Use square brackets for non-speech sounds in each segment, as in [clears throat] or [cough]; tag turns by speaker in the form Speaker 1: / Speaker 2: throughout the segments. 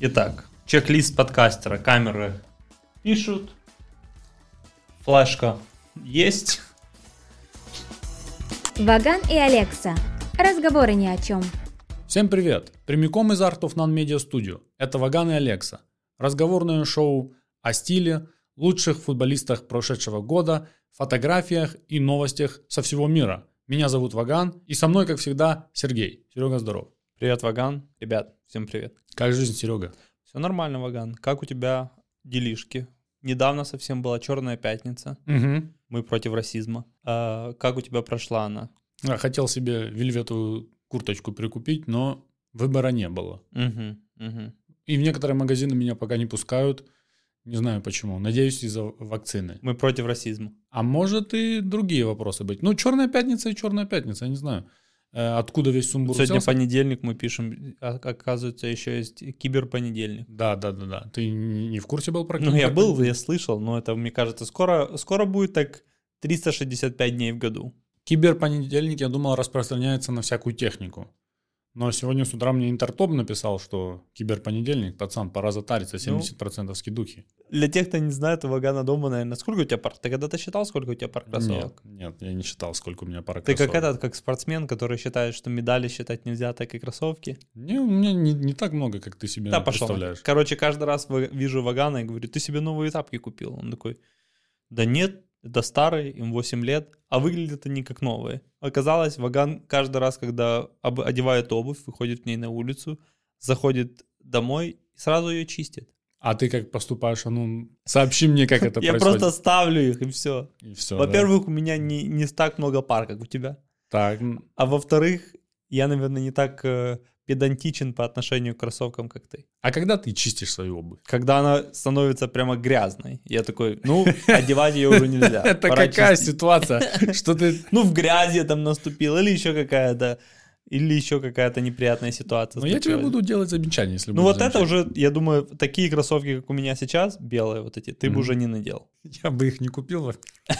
Speaker 1: Итак, чек-лист подкастера. Камеры пишут. Флешка есть.
Speaker 2: Ваган и Алекса. Разговоры ни о чем.
Speaker 3: Всем привет! Прямиком из Art of Non Media Studio. Это Ваган и Алекса. Разговорное шоу о стиле, лучших футболистах прошедшего года, фотографиях и новостях со всего мира. Меня зовут Ваган, и со мной, как всегда, Сергей. Серега, здоров.
Speaker 1: Привет, Ваган. Ребят, всем привет.
Speaker 3: Как жизнь, Серега?
Speaker 1: Все нормально, Ваган. Как у тебя делишки? Недавно совсем была Черная пятница.
Speaker 3: Угу.
Speaker 1: Мы против расизма. А, как у тебя прошла она?
Speaker 3: хотел себе вельветовую курточку прикупить, но выбора не было.
Speaker 1: Угу, угу.
Speaker 3: И в некоторые магазины меня пока не пускают. Не знаю почему. Надеюсь, из-за вакцины.
Speaker 1: Мы против расизма.
Speaker 3: А может и другие вопросы быть. Ну, Черная пятница и Черная пятница, я не знаю. Э, Откуда весь сумбур
Speaker 1: Сегодня
Speaker 3: взялся.
Speaker 1: понедельник мы пишем. а- Оказывается, еще есть киберпонедельник.
Speaker 3: Да, да, да, да. Ты не в курсе был про
Speaker 1: Ну, я был, я слышал, но это, мне кажется, скоро, скоро будет так 365 дней в году.
Speaker 3: Киберпонедельник, я думал, распространяется на всякую технику. Но сегодня с утра мне Интертоп написал, что киберпонедельник, пацан, пора затариться,
Speaker 1: Ну,
Speaker 3: 70% скидухи.
Speaker 1: Для тех, кто не знает, у Вагана дома, наверное, сколько у тебя пар? Ты когда-то считал, сколько у тебя пар кроссовок?
Speaker 3: Нет, нет, я не считал, сколько у меня пара
Speaker 1: Ты как
Speaker 3: кроссовок.
Speaker 1: этот, как спортсмен, который считает, что медали считать нельзя, так и кроссовки.
Speaker 3: Не, у меня не, не так много, как ты себе
Speaker 1: да, пошел.
Speaker 3: представляешь.
Speaker 1: Короче, каждый раз ва- вижу Вагана и говорю, ты себе новые тапки купил? Он такой, да нет, это старые, им 8 лет, а выглядят они как новые. Оказалось, Ваган каждый раз, когда об- одевает обувь, выходит в ней на улицу, заходит домой и сразу ее чистит.
Speaker 3: А ты как поступаешь? А ну, сообщи мне, как это
Speaker 1: Я
Speaker 3: происходит.
Speaker 1: просто ставлю их, и все.
Speaker 3: И всё, да.
Speaker 1: Во-первых, у меня не, не так много пар, как у тебя.
Speaker 3: Так, м,
Speaker 1: А во-вторых, я, наверное, не так э, педантичен по отношению к кроссовкам, как ты.
Speaker 3: а когда ты чистишь свою обувь?
Speaker 1: Когда она становится прямо грязной, я такой,
Speaker 3: [laughs]
Speaker 1: ну, одевать ее уже нельзя. пора чистить. [laughs]
Speaker 3: ситуация, что ты...
Speaker 1: Ну, в грязи я там наступил, или еще какая-то, или еще какая-то неприятная ситуация.
Speaker 3: Ну, я тебе
Speaker 1: случилась.
Speaker 3: буду делать замечания, если
Speaker 1: Ну,
Speaker 3: буду
Speaker 1: вот это
Speaker 3: замечать.
Speaker 1: уже, я думаю, такие кроссовки, как у меня сейчас, белые вот эти, ты бы
Speaker 3: Мгм.
Speaker 1: уже не надел.
Speaker 3: Я бы их не купил. во-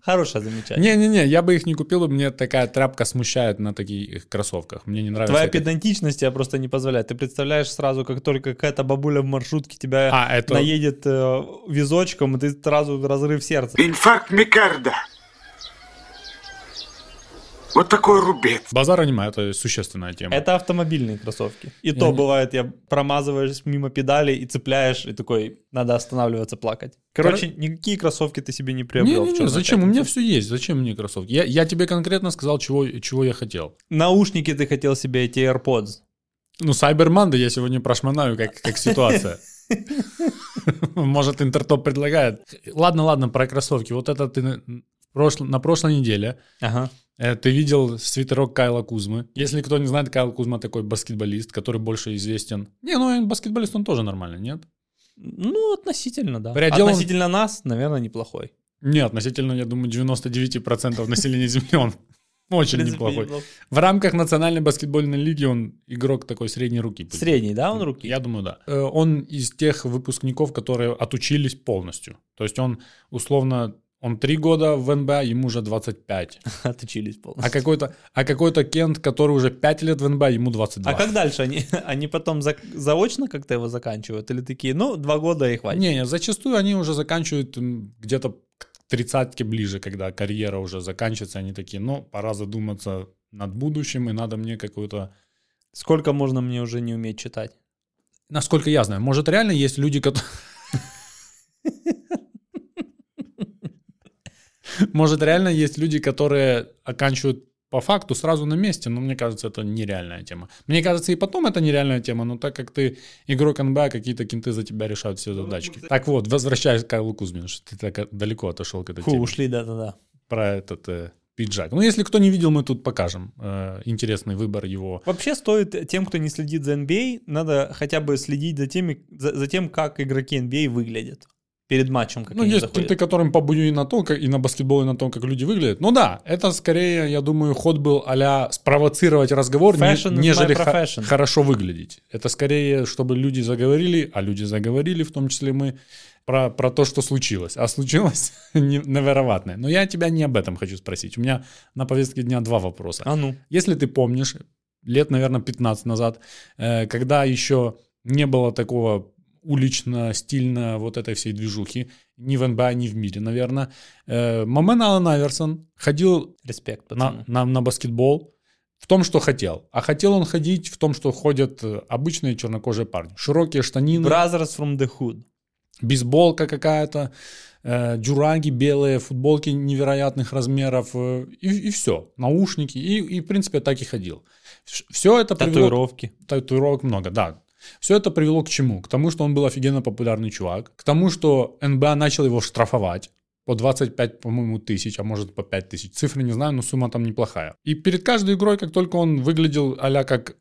Speaker 1: Хорошее замечание.
Speaker 3: Не-не-не, я бы их не купил, мне такая тряпка смущает на таких кроссовках. Мне не нравится.
Speaker 1: Твоя
Speaker 3: как-
Speaker 1: педантичность тебя просто не позволяет. Ты представляешь сразу, как только какая-то бабуля в маршрутке тебя
Speaker 3: А, это...
Speaker 1: наедет э, визочком, и ты сразу разрыв сердца.
Speaker 4: Инфаркт Микарда. Вот такой рубец.
Speaker 3: Базар аниме, это существенная тема.
Speaker 1: Это автомобильные кроссовки. И то
Speaker 3: не-
Speaker 1: бывает, я промазываешь мимо педали и цепляешь, и такой, надо останавливаться, плакать. Короче, никакие кроссовки ты себе не приобрел. в
Speaker 3: Не-не-не,
Speaker 1: «Черной
Speaker 3: зачем? У
Speaker 1: пятнице».
Speaker 3: меня все есть. Зачем мне кроссовки? Я, я тебе конкретно сказал, чего, чего я хотел.
Speaker 1: Наушники ты хотел себе, эти AirPods.
Speaker 3: Ну, Cyber Monday я сегодня прошманаю, как, как ситуация. Может, Интертоп предлагает. Ладно, ладно, про кроссовки. Вот это ты на, прошл- на прошлой неделе
Speaker 1: Ага.
Speaker 3: э, ты видел свитерок Кайла Кузмы. Если кто не знает, Кайл Кузма такой баскетболист, который больше известен. Не, ну, он баскетболист он тоже нормально, нет?
Speaker 1: Ну, относительно, да.
Speaker 3: Приодел он-
Speaker 1: Относительно нас, наверное, неплохой.
Speaker 3: Не, относительно, я думаю, 99% населения Земли он очень неплохой. В рамках Национальной баскетбольной лиги он игрок такой средней руки.
Speaker 1: Средний, да, А он руки?
Speaker 3: Я думаю, да. Э, Он из тех выпускников, которые отучились полностью. То есть он, условно, он три года в НБА, ему уже 25.
Speaker 1: [laughs] Отучились [laughs] полностью.
Speaker 3: А какой-то, а какой-то Кент, который уже 5 лет в НБА, ему 22.
Speaker 1: А как дальше? Они, [laughs] они потом зак- заочно как-то его заканчивают? Или такие, ну, два года и хватит?
Speaker 3: Не, зачастую они уже заканчивают м, где-то к тридцатке ближе, когда карьера уже заканчивается, они такие, ну, пора задуматься над будущим, и надо мне какую-то...
Speaker 1: Сколько можно мне уже не уметь читать?
Speaker 3: Насколько я знаю, может, реально есть люди, которые... Может, реально есть люди, которые оканчивают по факту сразу на месте, но мне кажется, это нереальная тема. Мне кажется, и потом это нереальная тема, но так как ты игрок НБА, какие-то кенты за тебя решают все задачки. Так вот, возвращаясь к Кайлу Кузьмину, что ты так далеко отошел к этой
Speaker 1: Фу,
Speaker 3: теме.
Speaker 1: ушли, да-да-да.
Speaker 3: Про этот э, пиджак. Ну, если кто не видел, мы тут покажем э, интересный выбор его.
Speaker 1: Вообще стоит тем, кто не следит за NBA, надо хотя бы следить за, теми, за, за тем, как игроки NBA выглядят перед матчем, как
Speaker 3: Ну,
Speaker 1: они
Speaker 3: есть
Speaker 1: заходят.
Speaker 3: ты, которым побую и на то, как, и на баскетбол, и на том, как люди выглядят. Ну да, это скорее, я думаю, ход был а спровоцировать разговор, не-
Speaker 1: Fashion is my
Speaker 3: нежели хо-
Speaker 1: profession.
Speaker 3: хорошо выглядеть. Это скорее, чтобы люди заговорили, а люди заговорили, в том числе мы, про, про то, что случилось. А случилось [laughs] не- невероятное. Но я тебя не об этом хочу спросить. У меня на повестке дня два вопроса.
Speaker 1: А ну,
Speaker 3: Если ты помнишь, лет, наверное, 15 назад, э, когда еще не было такого улично-стильно вот этой всей движухи, ни в НБА, ни в мире, наверное. Э, Момен Аллен Айверсон ходил
Speaker 1: Респект,
Speaker 3: на,
Speaker 1: пацаны.
Speaker 3: на, на баскетбол в том, что хотел. А хотел он ходить в том, что ходят э, обычные чернокожие парни. Широкие штанины,
Speaker 1: Brothers from the hood.
Speaker 3: бейсболка какая-то, э, дюраги белые, футболки невероятных размеров э, и, все. Наушники. И, и, в принципе, так и ходил. Все это привело к
Speaker 1: Татуировки.
Speaker 3: татуировок много, да. Все это привело к чему? К тому, что он был офигенно популярный чувак, к тому, что НБА начал его штрафовать по 25, по-моему, тысяч, а может по 5 тысяч. Цифры не знаю, но сумма там неплохая. И перед каждой игрой, как только он выглядел а как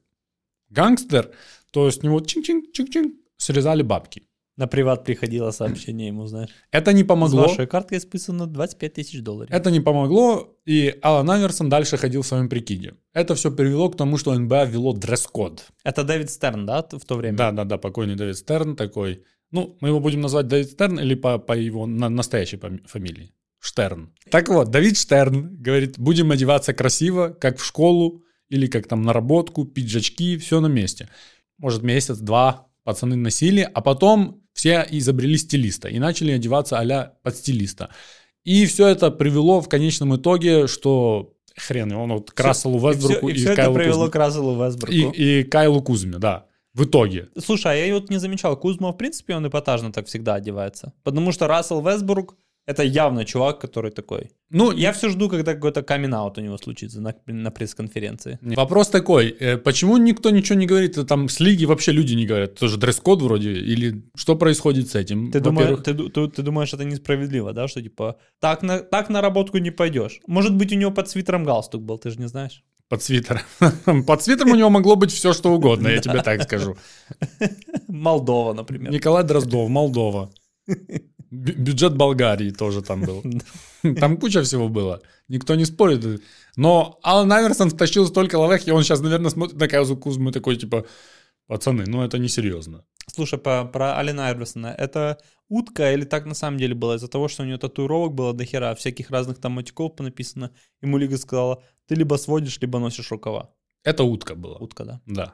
Speaker 3: гангстер, то с него чин-чин-чин-чин срезали бабки.
Speaker 1: На приват приходило сообщение ему, знаешь.
Speaker 3: Это не
Speaker 1: С
Speaker 3: помогло.
Speaker 1: вашей карткой списано 25 тысяч долларов.
Speaker 3: Это не помогло, и Алан Аверсон дальше ходил в своем прикиде. Это все привело к тому, что НБА ввело дресс-код.
Speaker 1: Это Дэвид Стерн, да, т- в то время?
Speaker 3: Да, да, да, покойный Дэвид Стерн такой. Ну, мы его будем назвать Дэвид Стерн или по, по его на- настоящей пом- фамилии? Штерн. Так вот, Давид Штерн говорит, будем одеваться красиво, как в школу или как там на работку, пиджачки, все на месте. Может, месяц-два пацаны носили, а потом все изобрели стилиста и начали одеваться а-ля под стилиста. И все это привело в конечном итоге, что хрен, его, он вот к
Speaker 1: Всё-
Speaker 3: Расселу
Speaker 1: И все,
Speaker 3: Вестбруку и,
Speaker 1: это
Speaker 3: Кайлу
Speaker 1: привело
Speaker 3: Кузьмину.
Speaker 1: к Разелу Весбруку.
Speaker 3: И- и Кайлу Кузьме, да, в итоге.
Speaker 1: Слушай, а я вот не замечал, Кузма, в принципе, он эпатажно так всегда одевается. Потому что Рассел Весбрук — это явно чувак, который такой.
Speaker 3: Ну,
Speaker 1: Я все жду, когда какой-то камин у него случится на, на пресс-конференции.
Speaker 3: Вопрос такой, э, почему никто ничего не говорит, э, там с лиги вообще люди не говорят, тоже дресс-код вроде, или что происходит с этим?
Speaker 1: Ты, думаешь,
Speaker 3: Во-первых,
Speaker 1: ты, ду- ты- ты думаешь, это несправедливо, да? Что типа, так на, так на работку не пойдешь. Может быть, у него под свитером галстук был, ты же не знаешь. [laughs]
Speaker 3: под свитером. [laughs] Под свитером у него могло быть все, что угодно,
Speaker 1: [laughs]
Speaker 3: я тебе так скажу.
Speaker 1: Молдова, например.
Speaker 3: Николай
Speaker 1: [laughs]
Speaker 3: Дроздов, Молдова. Бю- Бюджет Болгарии тоже там был. [laughs] Там куча всего было. Никто не спорит. Но Алан Айверсон втащил столько лавех, и он сейчас, наверное, смотрит на Кайзу Кузму и такой, типа, пацаны, ну это несерьезно.
Speaker 1: Слушай, по- про Алина Айверсона. Это утка или так на самом деле было? Из-за того, что у него татуировок было до хера, всяких разных там матюков понаписано. Ему Лига сказала, ты либо сводишь, либо носишь рукава.
Speaker 3: Это утка была.
Speaker 1: Утка, да.
Speaker 3: Да.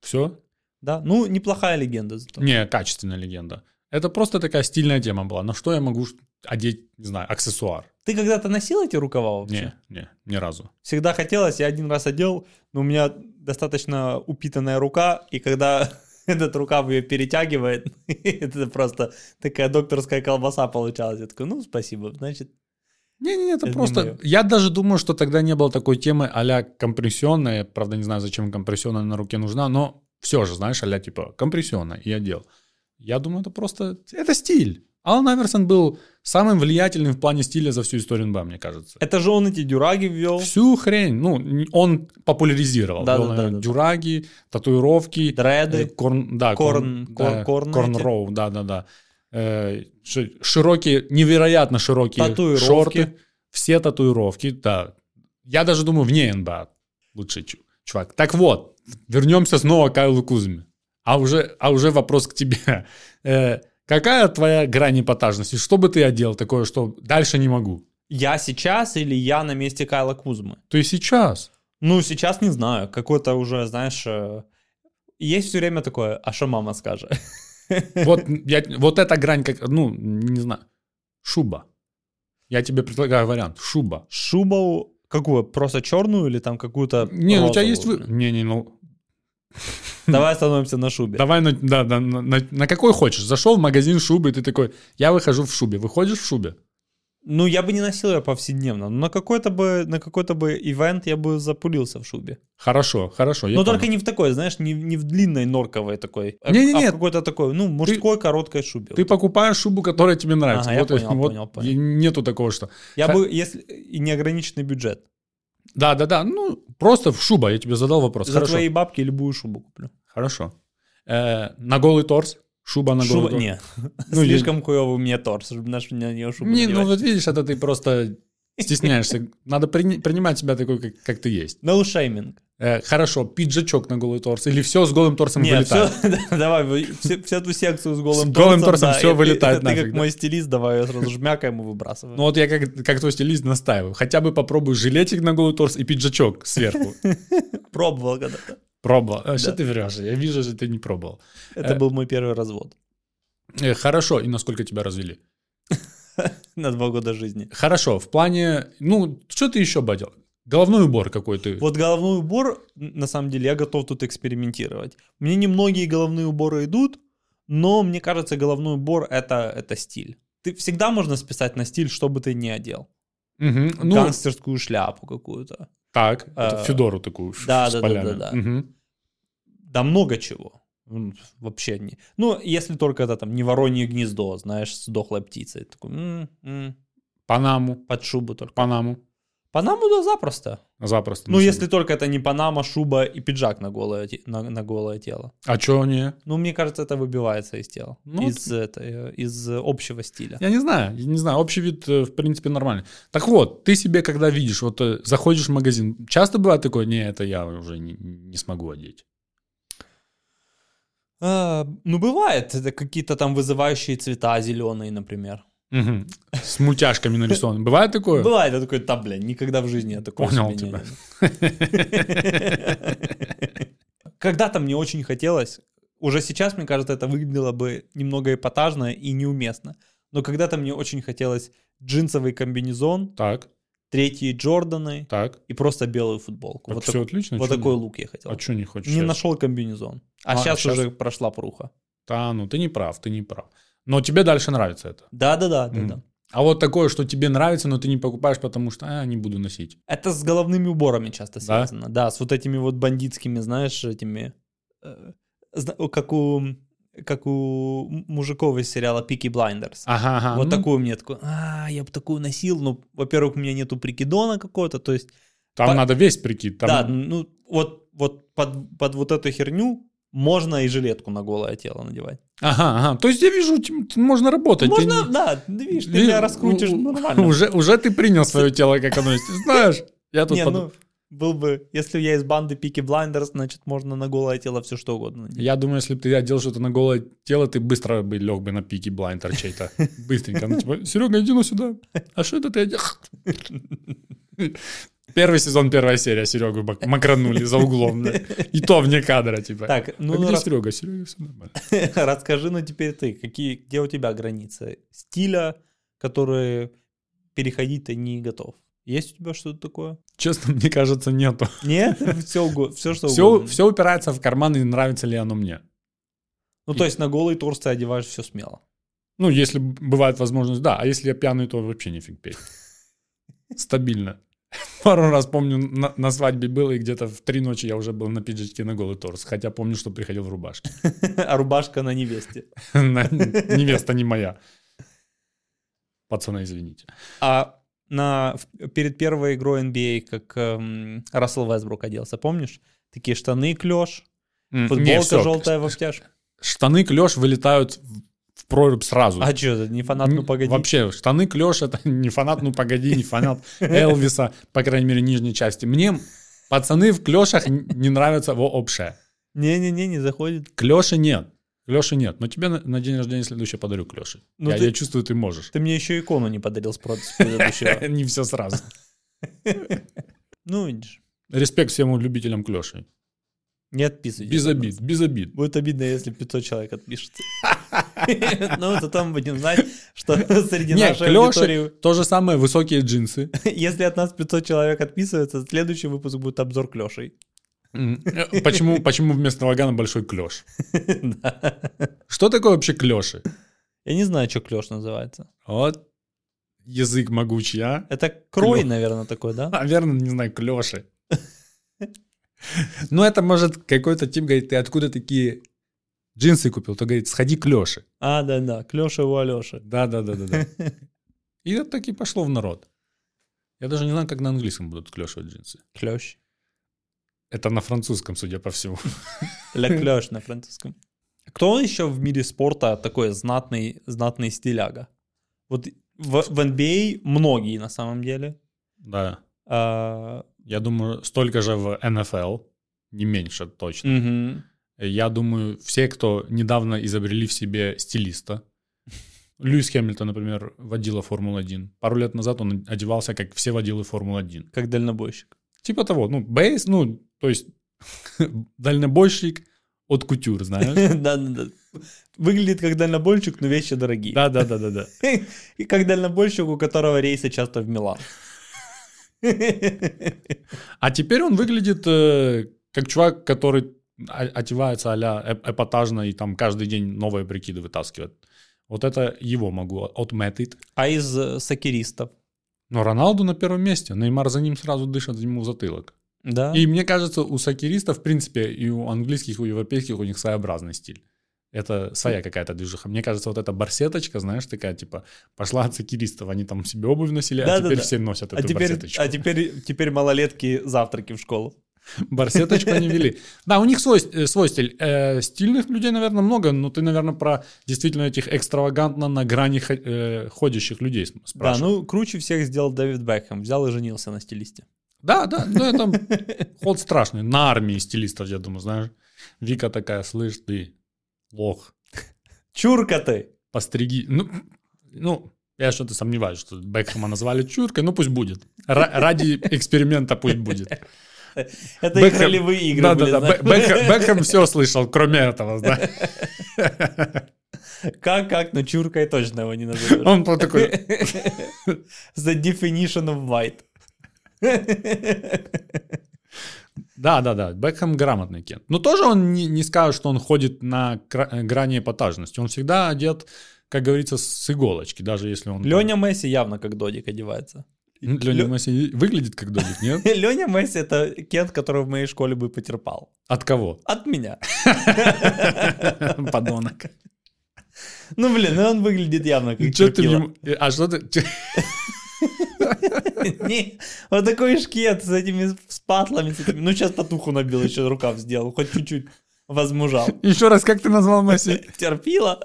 Speaker 3: Все?
Speaker 1: Да, ну, неплохая легенда зато.
Speaker 3: Не, качественная легенда. Это просто такая стильная тема была. На что я могу ш- одеть, не знаю, аксессуар?
Speaker 1: Ты когда-то носил эти рукава вообще?
Speaker 3: Не, не, ни разу.
Speaker 1: Всегда хотелось, я один раз одел, но у меня достаточно упитанная рука, и когда [laughs] этот рукав ее перетягивает, [laughs] это просто такая докторская колбаса получалась. Я такой, ну, спасибо, значит,
Speaker 3: Не-не,
Speaker 1: Это
Speaker 3: это,
Speaker 1: не
Speaker 3: просто...
Speaker 1: моё.
Speaker 3: Я даже думаю, что тогда не было такой темы а-ля компрессионная. Я, Правда, не знаю, зачем компрессионная на руке нужна, но все же, знаешь, а-ля типа компрессионная и одел. Я думаю, это просто... Это стиль. Алан Айверсон был самым влиятельным в плане стиля за всю историю НБА, мне кажется.
Speaker 1: это же он эти дюраги ввел.
Speaker 3: Всю хрень, ну, н- он популяризировал.
Speaker 1: Да,
Speaker 3: Вел,
Speaker 1: да, да,
Speaker 3: наверное,
Speaker 1: да.
Speaker 3: Дюраги, татуировки. Э,
Speaker 1: Дреды.
Speaker 3: Корн, да,
Speaker 1: Корн-
Speaker 3: да,
Speaker 1: кор- корн
Speaker 3: корн
Speaker 1: эти.
Speaker 3: роу, да, да, да. Э, ши- Широкие, невероятно широкие
Speaker 1: Татуировки.
Speaker 3: шорты. Все татуировки, да. Я даже думаю, вне НБА лучший чу- чувак. Так вот, вернемся снова к Кайлу Кузме. А уже, а уже вопрос к тебе. [laughs] Э, Какая твоя грань эпатажности? Что бы ты одел такое, что дальше не могу?
Speaker 1: Я сейчас или я на месте Кайла Кузмы?
Speaker 3: Ты сейчас.
Speaker 1: [laughs] Ну, сейчас не знаю. Какой-то уже, знаешь, э, есть все время такое, а что мама скажет? [laughs]
Speaker 3: Вот, я, вот эта грань, как, ну, не знаю, шуба. Я тебе предлагаю вариант. Шуба.
Speaker 1: Шубу какую? Просто черную или там какую-то
Speaker 3: Не, ну у тебя
Speaker 1: розовую,
Speaker 3: есть... вы-
Speaker 1: блин?
Speaker 3: Не, не, ну...
Speaker 1: [laughs] Давай остановимся на шубе.
Speaker 3: Давай, на, да, да, на, на- на какой хочешь. Зашел в магазин шубы, и ты такой, я выхожу в шубе. Выходишь в шубе?
Speaker 1: Ну, я бы не носил ее повседневно, но на какой-то бы, на какой-то бы ивент я бы запулился в шубе.
Speaker 3: Хорошо, хорошо. я
Speaker 1: но
Speaker 3: понял.
Speaker 1: Ну, только не в такой, знаешь, не, не в длинной норковой такой. а-
Speaker 3: Не-не-не.
Speaker 1: А в какой-то такой, ну, мужской короткой шубе.
Speaker 3: Ты покупаешь шубу, которая тебе нравится.
Speaker 1: Ага, я
Speaker 3: Вот, э,
Speaker 1: понял,
Speaker 3: вот
Speaker 1: понял, понял.
Speaker 3: Нету такого, что...
Speaker 1: Я бы, если... И неограниченный бюджет.
Speaker 3: Да, да, да. Ну, просто в шуба. Я тебе задал вопрос.
Speaker 1: За
Speaker 3: хорошо.
Speaker 1: твои бабки любую шубу куплю.
Speaker 3: Хорошо. Э, на голый торс? Шуба на голый
Speaker 1: Шуба...
Speaker 3: торс?
Speaker 1: Не.
Speaker 3: [laughs] Ну, я-
Speaker 1: Слишком хуёвый у меня торс, чтобы на ш- на неё шубу
Speaker 3: Не, ну
Speaker 1: надевать.
Speaker 3: вот видишь, это ты просто стесняешься. Надо прини- принимать себя такой, как, как ты есть.
Speaker 1: No shaming.
Speaker 3: Э, хорошо, пиджачок на голый торс или все с голым торсом
Speaker 1: Не,
Speaker 3: вылетает?
Speaker 1: всё- [laughs] да, давай, вы- всё- всю эту секцию с голым
Speaker 3: С голым торсом
Speaker 1: да,
Speaker 3: всё
Speaker 1: и ты-
Speaker 3: вылетает
Speaker 1: Ты
Speaker 3: нафиг,
Speaker 1: как
Speaker 3: да?
Speaker 1: мой стилист, давай я сразу жмяка ему выбрасываю.
Speaker 3: Ну вот
Speaker 1: [laughs]
Speaker 3: я как, как твой стилист настаиваю. Хотя бы попробуй жилетик на голый торс и пиджачок сверху.
Speaker 1: Пробовал когда-то.
Speaker 3: Пробовал. Э, Что ты врешь? Я вижу, что ты не пробовал.
Speaker 1: Это
Speaker 3: Э.
Speaker 1: был мой первый развод [laughs]
Speaker 3: Э, Хорошо, и насколько тебя развели?
Speaker 1: на два года жизни.
Speaker 3: Хорошо, в плане... Ну, что ты еще бадил? Головной убор какой-то.
Speaker 1: Вот головной убор, на самом деле, я готов тут экспериментировать. Мне немногие головные уборы идут, но мне кажется, головной убор это, это стиль. Ты всегда можно списать на стиль, что бы ты ни одел.
Speaker 3: Мгм, Ну,
Speaker 1: Гангстерскую шляпу какую-то.
Speaker 3: так,
Speaker 1: э,
Speaker 3: это Федору такую ф-
Speaker 1: да,
Speaker 3: с
Speaker 1: да, да,
Speaker 3: полями.
Speaker 1: да, да.
Speaker 3: Мгм.
Speaker 1: Да много чего. М, Вообще не. Ну, если только это там не воронье гнездо, знаешь, с дохлой птицей. Такой, м, м,
Speaker 3: Панаму,
Speaker 1: под шубу только.
Speaker 3: Панаму.
Speaker 1: Панаму, да, запросто.
Speaker 3: Запросто.
Speaker 1: Ну,
Speaker 3: на
Speaker 1: если
Speaker 3: самом-
Speaker 1: только это не панама, шуба и пиджак на голое, те- на, на голое тело.
Speaker 3: А чё не?
Speaker 1: Ну, мне кажется, это выбивается из тела.
Speaker 3: Ну,
Speaker 1: из, этой, э, из э, общего стиля.
Speaker 3: Я не знаю, я не знаю. Общий вид, э, в принципе, нормальный. Так вот, ты себе, когда видишь, вот э, заходишь в магазин, часто бывает такое, не, это я уже не, не смогу одеть.
Speaker 1: А, ну, бывает. Это какие-то там вызывающие цвета, зеленые, например.
Speaker 3: Мгм. С мультяшками нарисован. Бывает такое?
Speaker 1: Бывает. Я такой, да, блин, никогда в жизни я такого
Speaker 3: Понял
Speaker 1: себе не
Speaker 3: тебя.
Speaker 1: надел». Когда-то мне очень хотелось, уже сейчас, мне кажется, это выглядело бы немного эпатажно и неуместно, но когда-то мне очень хотелось джинсовый комбинезон,
Speaker 3: Так,
Speaker 1: третьи Джорданы
Speaker 3: так.
Speaker 1: и просто белую футболку.
Speaker 3: Так
Speaker 1: вот
Speaker 3: все
Speaker 1: так-
Speaker 3: отлично.
Speaker 1: вот
Speaker 3: чё
Speaker 1: такой
Speaker 3: не-
Speaker 1: лук я хотел.
Speaker 3: А что не хочешь?
Speaker 1: Не
Speaker 3: Я-
Speaker 1: нашел комбинезон. А,
Speaker 3: А,
Speaker 1: сейчас,
Speaker 3: щас.
Speaker 1: уже прошла пруха.
Speaker 3: Да, ну ты не прав, ты не прав. Но тебе дальше нравится это.
Speaker 1: Да, да, да, да,
Speaker 3: Мгм.
Speaker 1: да.
Speaker 3: А вот такое, что тебе нравится, но ты не покупаешь, потому что а, не буду носить.
Speaker 1: Это с головными уборами часто
Speaker 3: Да?
Speaker 1: связано. Да, с вот этими вот бандитскими, знаешь, этими. э, зна- о, Как у как у м- мужиков из сериала Пики Блайндерс.
Speaker 3: Ага, ага.
Speaker 1: вот
Speaker 3: ну,
Speaker 1: такую мне такую, а, я бы такую носил, но, во-первых, у меня нету прикидона какого-то, то есть,
Speaker 3: Там
Speaker 1: По-
Speaker 3: надо весь прикид. Там...
Speaker 1: да, ну, вот, вот под, под вот эту херню можно и жилетку на голое тело надевать.
Speaker 3: Ага, ага. То есть я вижу, тем- тем можно работать. Я
Speaker 1: можно,
Speaker 3: не-
Speaker 1: да, видишь, ты
Speaker 3: Ви-
Speaker 1: меня раскрутишь
Speaker 3: у-
Speaker 1: нормально.
Speaker 3: Ну, Уже, уже ты принял свое тело, как оно есть. Знаешь, я тут
Speaker 1: Не,
Speaker 3: под-
Speaker 1: ну, был бы, если я из банды Пики Блайндерс, значит, можно на голое тело все что угодно. надеть.
Speaker 3: Я думаю, если бы ты одел что-то на голое тело, ты быстро бы лег бы на пике блайндер
Speaker 1: [laughs]
Speaker 3: чей-то. Быстренько. Ну, типа, Серега, иди ну сюда. А что это ты одел? Первый сезон, первая серия. Серегу бак- макранули за углом. да. И то вне кадра, типа.
Speaker 1: Так,
Speaker 3: «А
Speaker 1: ну,
Speaker 3: где
Speaker 1: рас-
Speaker 3: Серега? Серега, все нормально.
Speaker 1: расскажи, ну, теперь ты, какие, где у тебя границы стиля, которые переходить ты не готов? Есть у тебя что-то такое?
Speaker 3: Честно, мне кажется, нету.
Speaker 1: Нет? [laughs] Все, все что
Speaker 3: Все,
Speaker 1: угодно.
Speaker 3: все упирается в карман и нравится ли оно мне.
Speaker 1: Ну, то есть на голый торс ты одеваешь все смело. [laughs]
Speaker 3: Ну, если б- бывает возможность, да. А если я пьяный, то вообще нифиг
Speaker 1: [laughs]
Speaker 3: петь. Стабильно. Пару раз помню, на, на свадьбе было, и где-то в три ночи я уже был на пиджачке на голый торс. Хотя помню, что приходил в рубашке. [laughs]
Speaker 1: А рубашка на невесте.
Speaker 3: На- Невеста не моя. Пацаны, извините.
Speaker 1: А на, в- перед первой игрой NBA, как эм, Рассел Весбрук оделся, помнишь? Такие штаны клеш,
Speaker 3: М, не,
Speaker 1: футболка
Speaker 3: всё.
Speaker 1: желтая во втяжку.
Speaker 3: Штаны клеш вылетают в- в прорубь сразу.
Speaker 1: А что, это не фанат, ну
Speaker 3: М,
Speaker 1: погоди.
Speaker 3: Вообще, штаны клеш это [laughs] не фанат, ну погоди, не фанат Элвиса, по крайней мере, нижней части. Мне пацаны в клешах н- не нравятся вообще.
Speaker 1: Не-не-не, не заходит.
Speaker 3: Клёши нет. Клёши нет. Но тебе на, на день рождения следующий подарю клёши.
Speaker 1: Ну
Speaker 3: я,
Speaker 1: ты-
Speaker 3: я чувствую, ты можешь.
Speaker 1: [laughs] Ты мне еще икону не подарил с прод- с
Speaker 3: [laughs]
Speaker 1: предыдущего.
Speaker 3: Не все сразу.
Speaker 1: Ну, видишь,
Speaker 3: Респект всем любителям клёши.
Speaker 1: не отписывайтесь.
Speaker 3: Без обид, без
Speaker 1: [laughs]
Speaker 3: обид.
Speaker 1: Будет обидно, если 500 человек
Speaker 3: [laughs]
Speaker 1: отпишется. Ну, то там будем знать, что среди
Speaker 3: Нет,
Speaker 1: нашей
Speaker 3: клёши
Speaker 1: аудитории,
Speaker 3: то же самое, высокие джинсы.
Speaker 1: если от нас 500 человек отписывается, следующий выпуск будет обзор [laughs] клешей.
Speaker 3: М, э, Почему, почему вместо вагана большой клёш? Что такое вообще клёши?
Speaker 1: Я не знаю, что клеш называется.
Speaker 3: Вот язык могучий, а? [laughs]
Speaker 1: Это крой,
Speaker 3: Клё.
Speaker 1: наверное, такой, да?
Speaker 3: Наверное, не знаю, клёши. Ну, это может какой-то тип говорит, ты откуда такие джинсы купил? То говорит, сходи клёши.
Speaker 1: А, да-да, клеша у Алеши.
Speaker 3: Да, да, да, да, да. И это так и пошло в народ. Я даже не знаю, как на английском будут клешивать джинсы.
Speaker 1: Клеш.
Speaker 3: Это на французском, судя по всему. [laughs]
Speaker 1: Ля клеш на французском. Кто еще в мире спорта такой знатный, знатный стиляга? Вот в, в NBA многие на самом деле.
Speaker 3: Да.
Speaker 1: А,
Speaker 3: Я думаю, столько же в НФЛ, не меньше точно.
Speaker 1: мгм.
Speaker 3: Я думаю, все, кто недавно изобрели в себе стилиста, Льюис Хэмилтон, например, водила Формулу-1. Пару лет назад он одевался, как все водилы
Speaker 1: [laughs]
Speaker 3: Формулы-1.
Speaker 1: Как дальнобойщик.
Speaker 3: Типа того, ну, бейс, ну, то есть [laughs] дальнобойщик от кутюр,
Speaker 1: [laughs]
Speaker 3: знаешь?
Speaker 1: Да, да, да. Выглядит как дальнобойщик, но вещи дорогие.
Speaker 3: Да, да, да, да, да.
Speaker 1: И как дальнобойщик, у которого рейсы часто в
Speaker 3: [laughs]
Speaker 1: Милан.
Speaker 3: А теперь он выглядит э, как чувак, который о- одевается а-ля эп- эпатажно и там каждый день новые прикиды вытаскивает. Вот это его могу отметить.
Speaker 1: А из э, сокеристов?
Speaker 3: Но Роналду на первом месте. Неймар за ним сразу дышит ему в затылок.
Speaker 1: Да.
Speaker 3: И мне кажется, у сокеристов, в принципе, и у английских, и у европейских у них своеобразный стиль. Это своя какая-то движуха. Мне кажется, вот эта барсеточка, знаешь, такая, типа, пошла от сокеристов, они там себе обувь носили, а
Speaker 1: Да-да-да.
Speaker 3: теперь все носят эту
Speaker 1: А теперь,
Speaker 3: барсеточку.
Speaker 1: а теперь, теперь малолетки завтраки в школу.
Speaker 3: Барсеточку они вели. Да, у них свой, э, свой стиль. Э, стильных людей, наверное, много, но ты, наверное, про действительно этих экстравагантно на грани хо- э, ходящих людей см-
Speaker 1: Да,
Speaker 3: спрашиваешь.
Speaker 1: ну круче всех сделал Дэвид Бекхэм. Взял и женился на стилисте.
Speaker 3: Да, да, ну это ход страшный. На армии стилистов, я думаю, знаешь. Вика такая, слышь, ты лох,
Speaker 1: Чурка ты!
Speaker 3: постриги. Ну, ну я что-то сомневаюсь, что Бекхэма назвали чуркой, ну пусть будет. Ра- ради эксперимента пусть будет.
Speaker 1: Это их
Speaker 3: Бекхэм.
Speaker 1: ролевые игры.
Speaker 3: Да, да,
Speaker 1: были,
Speaker 3: да.
Speaker 1: знаешь.
Speaker 3: Бе- Бекхэм, Бекхэм все слышал, кроме этого, знаешь.
Speaker 1: [laughs] Как, как, но чуркой точно его
Speaker 3: [laughs]
Speaker 1: не назовешь.
Speaker 3: Он был такой,
Speaker 1: The definition of white.
Speaker 3: Да, да, да. Бекхэм грамотный кент. Но тоже он не, не скажет, что он ходит на кра- э, грани эпатажности. Он всегда одет, как говорится, с иголочки, даже если он...
Speaker 1: Леня Месси явно как додик одевается.
Speaker 3: М, Леня Месси выглядит как
Speaker 1: [laughs]
Speaker 3: домик, нет?
Speaker 1: Леня Месси это кент, который в моей школе бы потерпал.
Speaker 3: От кого?
Speaker 1: От меня.
Speaker 3: [laughs] Подонок.
Speaker 1: Ну блин, ну он выглядит явно как
Speaker 3: Чё ты
Speaker 1: чуркила.
Speaker 3: мне- э, А что ты... чё- [laughs]
Speaker 1: [laughs] Не, вот такой шкет с этими спатлами. с этими. Ну, сейчас татуху набил, еще рукав сделал, хоть чуть-чуть
Speaker 3: [laughs]
Speaker 1: возмужал.
Speaker 3: Еще раз, как ты назвал Месси?
Speaker 1: Терпила.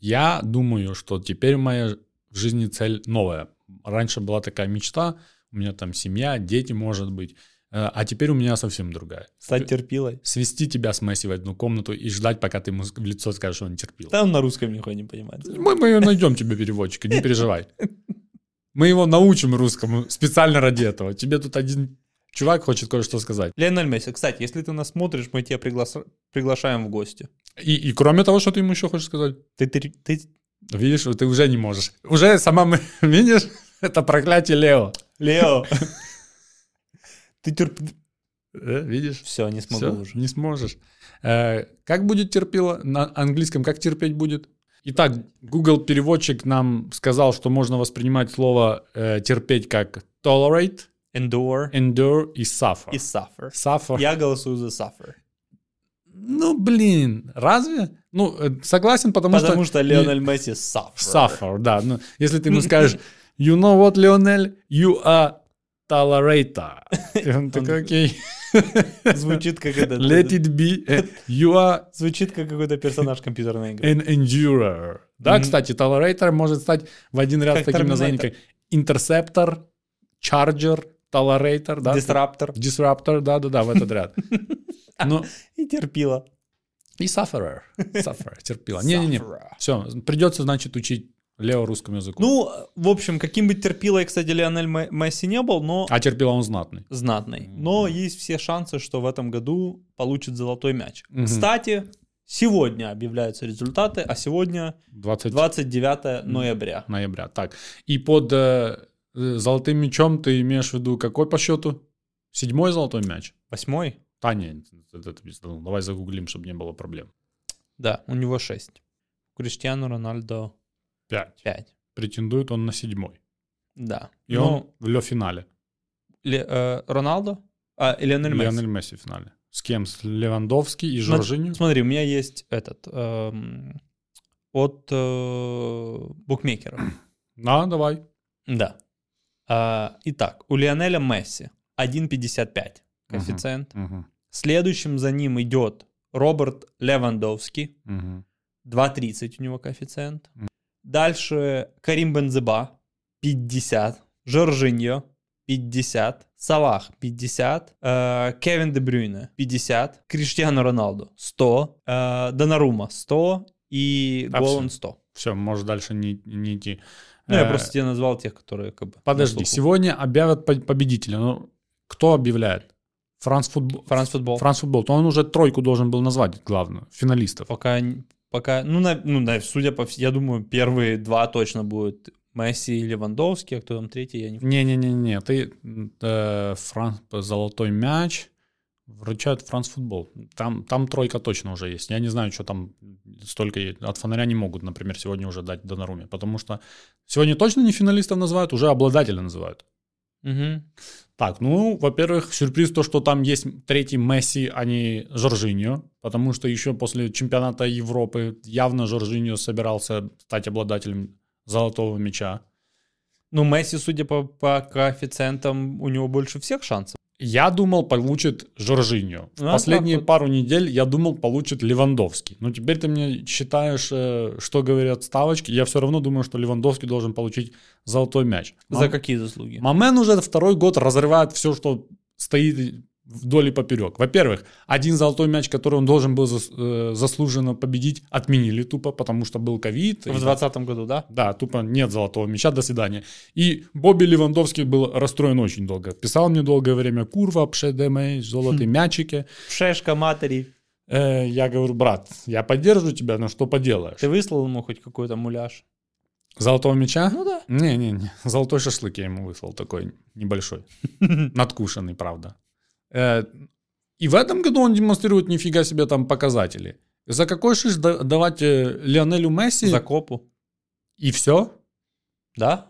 Speaker 3: Я думаю, что теперь моя в жизни цель новая. Раньше была такая мечта, у меня там семья, дети, может быть. Э, А теперь у меня совсем другая.
Speaker 1: Стать терпилой.
Speaker 3: свести тебя с Месси в одну комнату и ждать, пока ты ему в лицо скажешь, что он терпил.
Speaker 1: Там на русском нихуя не понимает.
Speaker 3: Мы, мы найдем тебе переводчика, не переживай. Мы его научим русскому специально ради этого. Тебе тут один чувак хочет кое-что сказать.
Speaker 1: Леонель Месси, кстати, если ты нас смотришь, мы тебя пригла- приглашаем в гости.
Speaker 3: И, и кроме того, что ты ему еще хочешь сказать,
Speaker 1: Ты, ты- ты-
Speaker 3: видишь, вот ты уже не можешь. Уже сама мы, [laughs] видишь, это проклятие Лео.
Speaker 1: Лео, [laughs] ты терп...
Speaker 3: Э, Видишь?
Speaker 1: Все, не смогу
Speaker 3: Всё,
Speaker 1: уже.
Speaker 3: Не сможешь. Э, как будет терпила на английском? Как терпеть будет? Итак, Google переводчик нам сказал, что можно воспринимать слово э, терпеть как tolerate,
Speaker 1: Endure
Speaker 3: endure и suffer.
Speaker 1: и suffer.
Speaker 3: Suffer.
Speaker 1: Я голосую за suffer.
Speaker 3: Ну, блин, разве? Ну, э, согласен, потому,
Speaker 1: Потому что
Speaker 3: Леонель
Speaker 1: Леонель Месси suffer.
Speaker 3: Suffer, да. Ну, если
Speaker 1: [laughs]
Speaker 3: ты ему скажешь, you know what, Леонель, you are tolerator. И он такой, окей,
Speaker 1: Звучит как [laughs] это...
Speaker 3: let it be, э, you are
Speaker 1: Звучит как какой-то персонаж компьютерной игры.
Speaker 3: An endurer. Да,
Speaker 1: Мгм.
Speaker 3: кстати, tolerator может стать в один ряд
Speaker 1: Как
Speaker 3: с таким названием,
Speaker 1: Terminator.
Speaker 3: как interceptor, charger, tolerator, да?
Speaker 1: Дистраптор
Speaker 3: Disruptor, да-да-да, в этот
Speaker 1: [laughs]
Speaker 3: ряд. Ну,
Speaker 1: и терпила.
Speaker 3: и sufferer. Sufferer, терпила. Не-не-не, все, придется, значит, учить Лео русскому языку.
Speaker 1: Ну, в общем, каким бы терпилой, кстати, Леонель Ме- Месси не был, но
Speaker 3: А терпила он знатный.
Speaker 1: знатный. Но есть все шансы, что в этом году получит золотой мяч.
Speaker 3: Мгм.
Speaker 1: Кстати, сегодня объявляются результаты, а сегодня
Speaker 3: 20
Speaker 1: 29 ноября.
Speaker 3: ноября. Так, и под э, э, золотым мячом ты имеешь в виду какой по счету? Седьмой золотой мяч?
Speaker 1: Восьмой?
Speaker 3: Таня, давай загуглим, чтобы не было проблем.
Speaker 1: Да, у него 6. Криштиану Рональдо
Speaker 3: Пять.
Speaker 1: 5.
Speaker 3: претендует он на седьмой.
Speaker 1: Да.
Speaker 3: И
Speaker 1: Но
Speaker 3: он в ле финале.
Speaker 1: Ле- э, Роналдо? А, и Леонель Месси. Ну,
Speaker 3: Лионель Месси в финале. С кем? С Левандовски и
Speaker 1: Смотри-
Speaker 3: Жоржинью?
Speaker 1: Смотри, у меня есть этот эм, от э,
Speaker 3: [clears throat]
Speaker 1: букмекеров.
Speaker 3: На, давай.
Speaker 1: Да. А, итак, у Лионеля Месси 1,55
Speaker 3: Мгм.
Speaker 1: коэффициент. Следующим за ним идет Роберт Левандовский, 2,30 у него коэффициент. Дальше Карим Бензеба 50, Жоржиньо 50, Салах 50, э, Кевин Де Брюйне 50, Криштиану Роналду 100, э, Донарума 100 и
Speaker 3: А,
Speaker 1: Голланд 100.
Speaker 3: Все, можешь дальше не, не идти.
Speaker 1: Ну, я
Speaker 3: Э,
Speaker 1: просто тебе назвал тех, которые как бы... на
Speaker 3: Подожди,
Speaker 1: слуху.
Speaker 3: сегодня объявят по- победителя. Ну, кто объявляет? Францфутбол.
Speaker 1: Франц футбол.
Speaker 3: Францфутбол. То он уже тройку должен был назвать главную, финалистов.
Speaker 1: Пока, н- пока ну, на, ну, на- судя по всему, я думаю, первые два точно будут Месси и Левандовский, а кто там третий, я не...
Speaker 3: Не-не-не-не, ты э, Фран- золотой мяч вручают Францфутбол. Там, там тройка точно уже есть. Я не знаю, что там столько е- от фонаря не могут, например, сегодня уже дать Донаруме, потому что сегодня точно не финалистов называют, уже обладателя называют.
Speaker 1: Угу.
Speaker 3: Так, ну, во-первых, сюрприз то, что там есть третий Месси, а не Жоржиньо, потому что еще после чемпионата Европы явно Жоржиньо собирался стать обладателем золотого мяча.
Speaker 1: Ну, Месси, судя по, по коэффициентам, у него больше всех шансов.
Speaker 3: Я думал, получит Жоржиньо. В
Speaker 1: А,
Speaker 3: последние
Speaker 1: так вот.
Speaker 3: пару недель я думал, получит Левандовский. Но теперь ты мне считаешь, э, что говорят ставочки. Я все равно думаю, что Левандовский должен получить золотой мяч.
Speaker 1: За
Speaker 3: Мам-
Speaker 1: какие заслуги?
Speaker 3: Мамен уже второй год разрывает все, что стоит вдоль и поперек. Во-первых, один золотой мяч, который он должен был зас- э, заслуженно победить, отменили тупо, потому что был ковид.
Speaker 1: В
Speaker 3: и-
Speaker 1: 2020 году, да?
Speaker 3: да, тупо нет золотого мяча, до свидания. И Бобби Левандовский был расстроен очень долго. Писал мне долгое время «Курва, пшедемей, золотые мячики».
Speaker 1: Шешка матери.
Speaker 3: Э, я говорю, брат, я поддерживаю тебя, но что поделаешь?
Speaker 1: Ты выслал ему хоть какой-то муляж?
Speaker 3: Золотого мяча? Ну да. Не-не-не, золотой шашлык я ему выслал, такой
Speaker 1: [laughs]
Speaker 3: небольшой. Надкушенный, правда. Э, И в этом году он демонстрирует нифига себе там показатели. За какой шиш да- давать э, Лионелю Месси?
Speaker 1: За копу?
Speaker 3: И все?
Speaker 1: Да?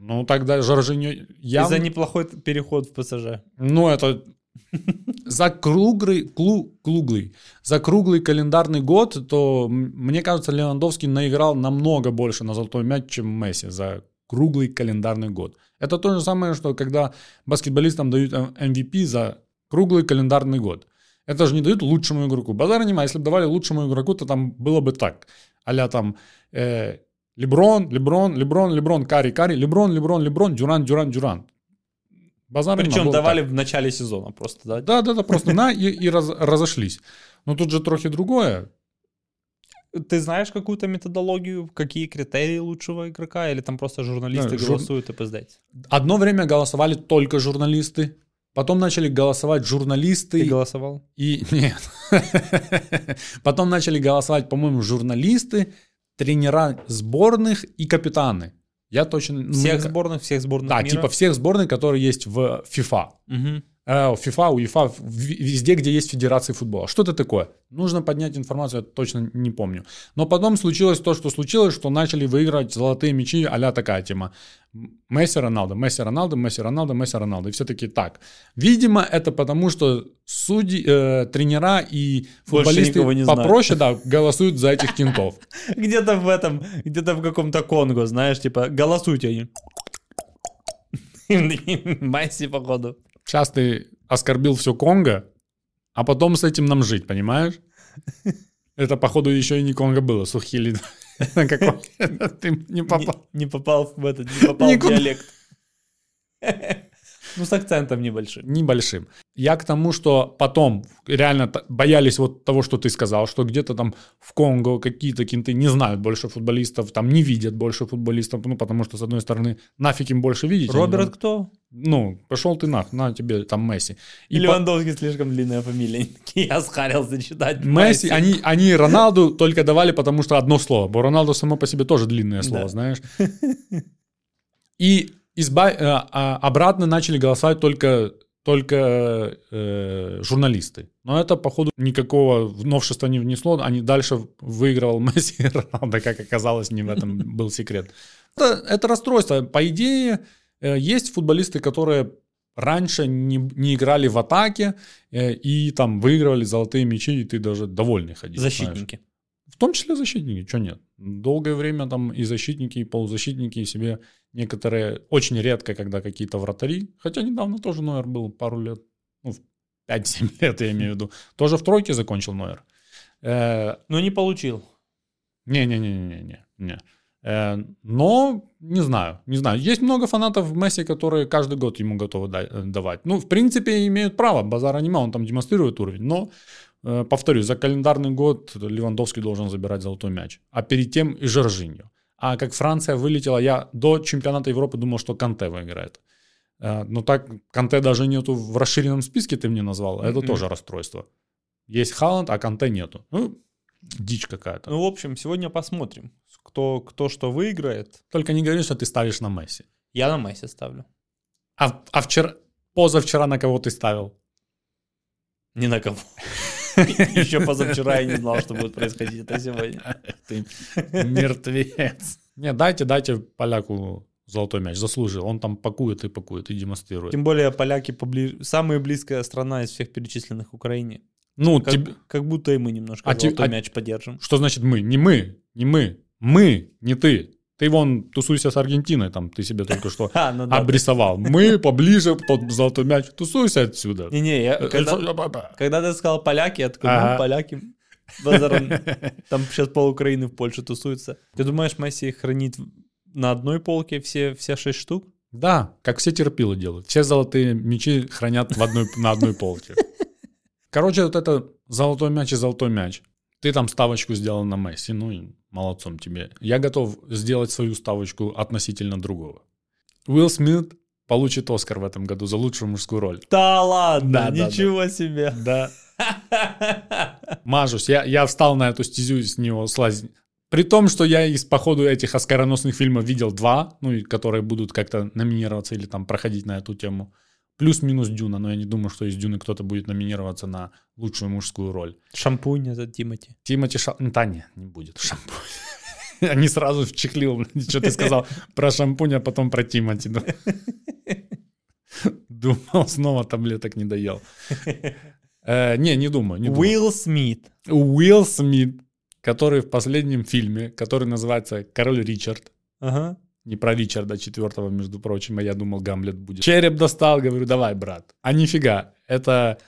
Speaker 3: Ну тогда Жоржиньо...
Speaker 1: И
Speaker 3: явно-
Speaker 1: за неплохой т- переход в ПСЖ.
Speaker 3: Ну, это за круглый, клу- круглый, за круглый календарный год, то м- мне кажется, Левандовский наиграл намного больше на золотой мяч, чем Месси за круглый календарный год. Это то же самое, что когда баскетболистам дают М- MVP за круглый календарный год. Это же не дают лучшему игроку. Базар нема, если бы давали лучшему игроку, то там было бы так. Аля там э, Леброн, Леброн, Леброн, Леброн, Кари, Кари, Леброн, Леброн, Леброн, Дюран, Дюран, Дюран. Базар нема,
Speaker 1: Причем
Speaker 3: было так.
Speaker 1: давали в начале сезона просто, да?
Speaker 3: Да, да,
Speaker 1: [laughs]
Speaker 3: да, просто на и, и раз- разошлись. Но тут же трохи другое.
Speaker 1: Ты знаешь какую-то методологию, какие критерии лучшего игрока, или там просто журналисты
Speaker 3: Да, жур-
Speaker 1: голосуют и пиздец?
Speaker 3: Одно время голосовали только журналисты, потом начали голосовать журналисты
Speaker 1: Ты голосовал?
Speaker 3: и нет. [laughs] Потом начали голосовать, по-моему, журналисты, тренера сборных и капитаны. Я точно ну,
Speaker 1: Всех
Speaker 3: мне ка-
Speaker 1: сборных, всех сборных
Speaker 3: Да,
Speaker 1: мира?
Speaker 3: типа всех сборных, которые есть в FIFA.
Speaker 1: Мгм.
Speaker 3: Э, FIFA, УЕФА, в- везде, где есть федерации футбола. Что это такое? Нужно поднять информацию, я точно не помню. Но потом случилось то, что случилось, что начали выигрывать золотые мячи, а такая тема. М- Месси, Роналдо, Месси, Роналдо, Месси, Роналдо, Месси, Роналдо. И все-таки так. Видимо, это потому, что судьи, э, тренера и
Speaker 1: Больше никого
Speaker 3: футболисты
Speaker 1: не знают.
Speaker 3: попроще да, голосуют за этих [laughs] кентов.
Speaker 1: Где-то в этом, где-то в каком-то Конго, знаешь, типа, голосуйте они. [laughs] Месси, походу.
Speaker 3: Сейчас ты оскорбил все Конго, а потом с этим нам жить, понимаешь? Это, походу, еще и не Конго было, Сухили. [laughs] На каком- Ты не
Speaker 1: Не,
Speaker 3: попал.
Speaker 1: не попал в этот, не попал в
Speaker 3: Никуда.
Speaker 1: диалект. Ну, с акцентом небольшим.
Speaker 3: Небольшим. Я к тому, что потом реально т- боялись вот того, что ты сказал, что где-то там в Конго какие-то кенты не знают больше футболистов, там не видят больше футболистов, ну, потому что, с одной стороны, нафиг им больше видеть. они
Speaker 1: Роберт
Speaker 3: там-
Speaker 1: кто?
Speaker 3: Ну, пошел ты нах, на тебе там Месси.
Speaker 1: И
Speaker 3: И по-
Speaker 1: Левандовский слишком длинная фамилия. [laughs] Они такие, Я схарился читать.
Speaker 3: Месси, они, они Роналду только давали, потому что одно слово. Бо Роналду само по себе тоже длинное слово,
Speaker 1: Да.
Speaker 3: знаешь. И изба- э, а, обратно начали голосовать только, только э, журналисты. Но это, походу, никакого новшества не внесло. Они дальше выигрывал [laughs] Месси и Роналду, как оказалось, не в этом был секрет. Это, это расстройство. По идее, э, есть футболисты, которые раньше не, не играли в атаке э, и там выигрывали золотые мячи, и ты даже довольный ходил. знаешь.
Speaker 1: Защитники.
Speaker 3: В том числе защитники, что нет. Долгое время там и защитники, и полузащитники себе некоторые, очень редко, когда какие-то вратари, хотя недавно тоже Нойер был пару лет, ну, в 5-7 [laughs] лет я имею в виду, тоже в тройке закончил Нойер. Э,
Speaker 1: Но Ну, не получил.
Speaker 3: не-не-не-не-не. не. Э, Но не знаю, не знаю. Есть много фанатов Месси, которые каждый год ему готовы да- э, давать. Ну, в принципе, имеют право. Базара нема, он там демонстрирует уровень. Но, э, повторю, за календарный год Левандовский должен забирать золотой мяч. А перед тем и Жоржиньо. А как Франция вылетела, я до чемпионата Европы думал, что Канте выиграет. Э, Ну так, Канте даже нету в расширенном списке, ты мне назвал. Это
Speaker 1: Мгм.
Speaker 3: тоже расстройство. Есть Халанд, а Канте нету. Ну, дичь какая-то.
Speaker 1: Ну, в общем, сегодня посмотрим, кто, кто что выиграет.
Speaker 3: Только не говори, что ты ставишь на Месси.
Speaker 1: Я на Месси ставлю.
Speaker 3: А, а вчера, позавчера на кого
Speaker 1: [laughs]
Speaker 3: ты ставил?
Speaker 1: Ни на кого. [laughs] Еще позавчера я не знал, что будет происходить это сегодня. Ты
Speaker 3: Мертвец. Не, дайте, дайте поляку золотой мяч. Заслужил. Он там пакует и пакует, и демонстрирует.
Speaker 1: Тем более поляки побли- самая близкая страна из всех перечисленных к Украине.
Speaker 3: Ну,
Speaker 1: Как,
Speaker 3: тебе-
Speaker 1: как будто и мы немножко
Speaker 3: А ти-
Speaker 1: золотой
Speaker 3: а-
Speaker 1: мяч поддержим. [laughs]
Speaker 3: что значит мы? Не мы, не мы. Мы, не ты. Ты вон тусуйся с Аргентиной, там ты себе только что
Speaker 1: А, ну [laughs] да.
Speaker 3: обрисовал. Мы поближе, тот золотой мяч. Тусуйся отсюда. Э,
Speaker 1: Не-не, я- когда, когда ты сказал поляки, я такой, ну,
Speaker 3: Ага.
Speaker 1: поляки, базаром. Там сейчас пол Украины в Польше тусуется. Ты думаешь, Месси хранит на одной полке все, все шесть штук?
Speaker 3: Да, как все терпилы делают. Все золотые мячи хранят в одной, на одной полке. Короче, вот это золотой мяч и золотой мяч. Ты там ставочку сделал на Месси, ну и молодцом тебе. Я готов сделать свою ставочку относительно другого. Уилл Смит получит Оскар в этом году за лучшую мужскую роль.
Speaker 1: Да ладно,
Speaker 3: Да, да,
Speaker 1: ничего себе.
Speaker 3: Да. Мажусь, я, я встал на эту стезю и с него слазь. При том, что я из, по ходу этих оскароносных фильмов видел два, ну, и которые будут как-то номинироваться или там проходить на эту тему. Плюс-минус Дюна, но я не думаю, что из Дюны кто-то будет номинироваться на лучшую мужскую роль.
Speaker 1: Шампунь это Тимати.
Speaker 3: Тимати Ша... Да не, не будет. Шампунь. [laughs] Они сразу вчехлил, блин, что ты сказал про шампунь, а потом про Тимати. Ну. Думал, снова таблеток не доел. Э, Не, не думаю. не думаю.
Speaker 1: Уилл Смит.
Speaker 3: Уилл Смит, который в последнем фильме, который называется «Король Ричард»,
Speaker 1: Ага.
Speaker 3: не про Ричарда четвертого, между прочим, а я думал, Гамлет будет. Череп достал, говорю, давай, брат. А нифига, это...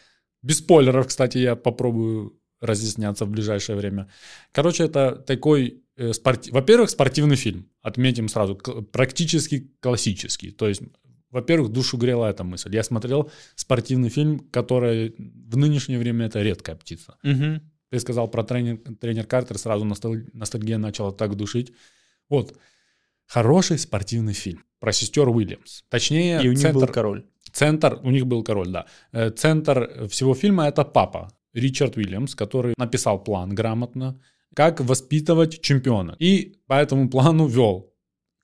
Speaker 3: Без спойлеров, кстати, я попробую разъясняться в ближайшее время. Короче, это такой, э, спорти- во-первых, спортивный фильм. Отметим сразу, к- практически классический. То есть, во-первых, душу грела эта мысль. Я смотрел спортивный фильм, который в нынешнее время это редкая птица.
Speaker 1: Мгм.
Speaker 3: Ты сказал про тренер, тренер Картер, сразу ностал- ностальгия начала так душить. Вот. Хороший спортивный фильм про сестер Уильямс. Точнее,
Speaker 1: И у них был
Speaker 3: центр,
Speaker 1: король.
Speaker 3: центр, у них был король, да. Э, Центр всего фильма это папа Ричард Уильямс, который написал план грамотно, как воспитывать чемпиона. И по этому плану вел.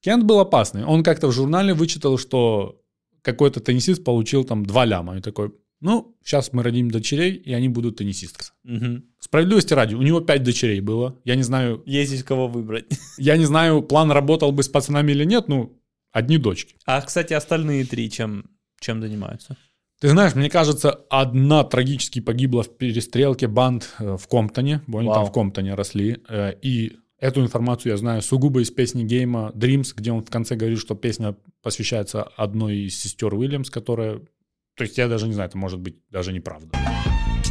Speaker 3: Кент был опасный. Он как-то в журнале вычитал, что какой-то теннисист получил там два ляма. И такой, ну, сейчас мы родим дочерей, и они будут теннисистками.
Speaker 1: Мгм.
Speaker 3: Справедливости ради, у него пять дочерей было. Я не знаю,
Speaker 1: Есть из кого выбрать.
Speaker 3: я не знаю, план работал бы с пацанами или нет, ну, одни дочки.
Speaker 1: А, кстати, остальные три чем, чем занимаются?
Speaker 3: Ты знаешь, мне кажется, одна трагически погибла в перестрелке банд э, в Комптоне, бо они
Speaker 1: Вау.
Speaker 3: там в Комптоне росли, э, и эту информацию я знаю сугубо из песни гейма Dreams, где он в конце говорит, что песня посвящается одной из сестер Уильямс, которая... То есть я даже не знаю, это может быть даже неправда.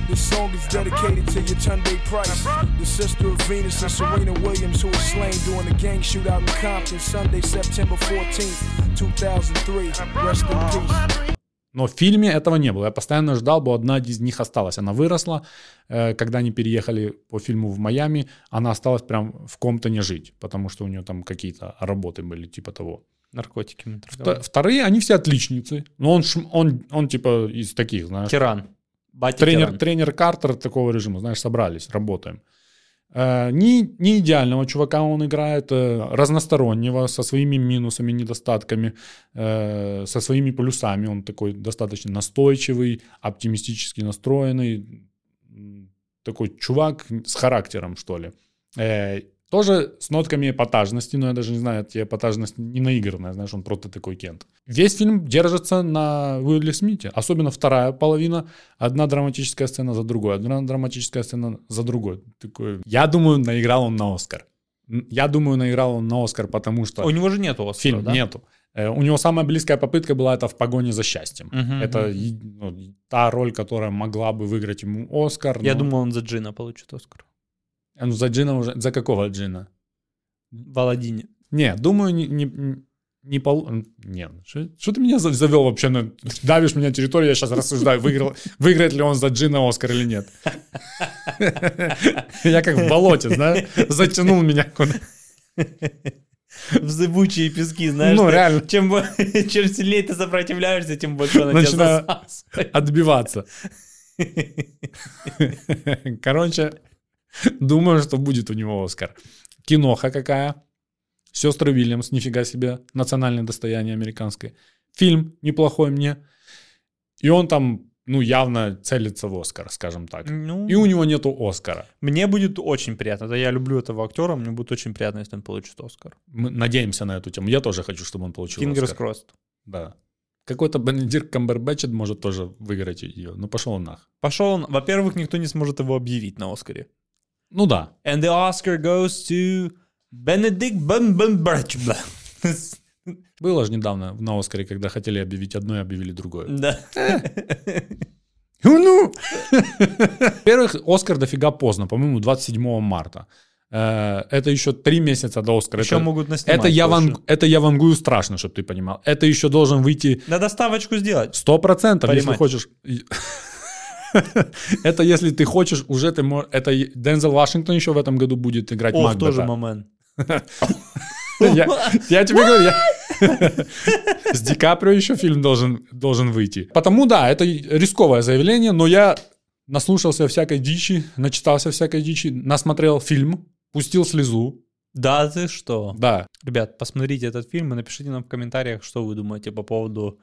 Speaker 5: This song is dedicated to Yetunde Price, the sister of Venus and Serena Williams, who was slain during a gang shootout in Compton Sunday, September 14th, 2003. Rest in peace.
Speaker 3: Но в фильме этого не было. Я постоянно ждал, бы одна из них осталась. Она выросла, э, когда они переехали по фильму в Майами, она осталась прям в Комптоне жить, потому что у нее там какие-то работы были, типа того.
Speaker 1: Наркотиками
Speaker 3: Вто-
Speaker 1: торговать.
Speaker 3: Вторые, они все отличницы. Но он, шм- он, он типа из таких, знаешь.
Speaker 1: Тиран. Батя
Speaker 3: Тренер,
Speaker 1: Тиран.
Speaker 3: тренер Картер такого режима, знаешь, собрались, работаем. Э, Не, не идеального чувака он играет, э, разностороннего, со своими минусами, недостатками, э, со своими плюсами. Он такой достаточно настойчивый, оптимистически настроенный, м, такой чувак с характером, что ли. Э, Тоже с нотками эпатажности, но я даже не знаю, эти эпатажность не наигранная, знаешь, он просто такой кент. Весь фильм держится на Уилле Смите, особенно вторая половина, одна драматическая сцена за другой, одна драматическая сцена за другой. Такой, я думаю, наиграл он на Оскар. М, Я думаю, наиграл он на Оскар, потому что
Speaker 1: У него же нету Оскара,
Speaker 3: фильм
Speaker 1: да?
Speaker 3: нету. Э, У него самая близкая попытка была это в погоне за счастьем.
Speaker 1: Мгм.
Speaker 3: Это и- ну, и та роль, которая могла бы выиграть ему Оскар.
Speaker 1: Я
Speaker 3: но-
Speaker 1: думал, он за Джина получит Оскар.
Speaker 3: Э, ну, за Джина уже. За какого Джина?
Speaker 1: [laughs] Володине.
Speaker 3: Не, думаю, не, не, не пол- м, Не, что, что ты меня за- завел вообще? на- Давишь меня на территорию, я сейчас рассуждаю, выиграл, выиграет ли он за Джина Оскар или нет. [laughs] Я как в болоте, знаешь, затянул меня куда
Speaker 1: в зыбучие пески, знаешь.
Speaker 3: Ну,
Speaker 1: ты-
Speaker 3: реально.
Speaker 1: Чем, бо- [laughs] чем сильнее ты сопротивляешься, тем больше она
Speaker 3: Начинаю-
Speaker 1: тебя засасывает.
Speaker 3: Отбиваться. Короче, думаю, что будет у него Оскар. Киноха какая? Сестры Вильямс, нифига себе, национальное достояние американское. Фильм неплохой мне. И он там, ну, явно целится в Оскар, скажем так.
Speaker 1: Ну,
Speaker 3: И у него нету Оскара.
Speaker 1: мне будет очень приятно. Да, я люблю этого актера, мне будет очень приятно, если он получит Оскар.
Speaker 3: Мы надеемся на эту тему. Я тоже хочу, чтобы он получил
Speaker 1: Кингерс
Speaker 3: Оскар.
Speaker 1: Крост.
Speaker 3: Да. Какой-то Бенедикт Камбербэтч может тоже выиграть ее. Ну, пошел он нах.
Speaker 1: Пошел он. Во-первых, никто не сможет его объявить на Оскаре.
Speaker 3: Ну да.
Speaker 1: And the Oscar goes to Benedict Бэмбэмбэрч.
Speaker 3: Было же недавно на Оскаре, когда хотели объявить одно и объявили другое.
Speaker 1: [laughs] Да.
Speaker 3: Ну! [laughs] Во-первых, Оскар дофига поздно, по-моему, 27 марта. Э, Это еще три месяца до Оскара.
Speaker 1: Еще
Speaker 3: Это-
Speaker 1: могут наснимать.
Speaker 3: это я,
Speaker 1: больше.
Speaker 3: ван- это я вангую страшно, чтобы ты понимал. Это еще должен выйти
Speaker 1: Надо ставочку сделать.
Speaker 3: Сто процентов, если
Speaker 1: Понимать.
Speaker 3: хочешь. [laughs] Это если ты хочешь, уже ты можешь... Это и- Дензел Вашингтон еще в этом году будет играть
Speaker 1: Ох, тоже
Speaker 3: Макбета.
Speaker 1: момент.
Speaker 3: Я я тебе говорю, я- [laughs] с Ди Каприо еще фильм должен, должен выйти. Потому да, это рисковое заявление, но я наслушался всякой дичи, начитался всякой дичи, насмотрел фильм, пустил слезу.
Speaker 1: Да а ты что?
Speaker 3: Да,
Speaker 1: Ребят, посмотрите этот фильм и напишите нам в комментариях, что вы думаете по поводу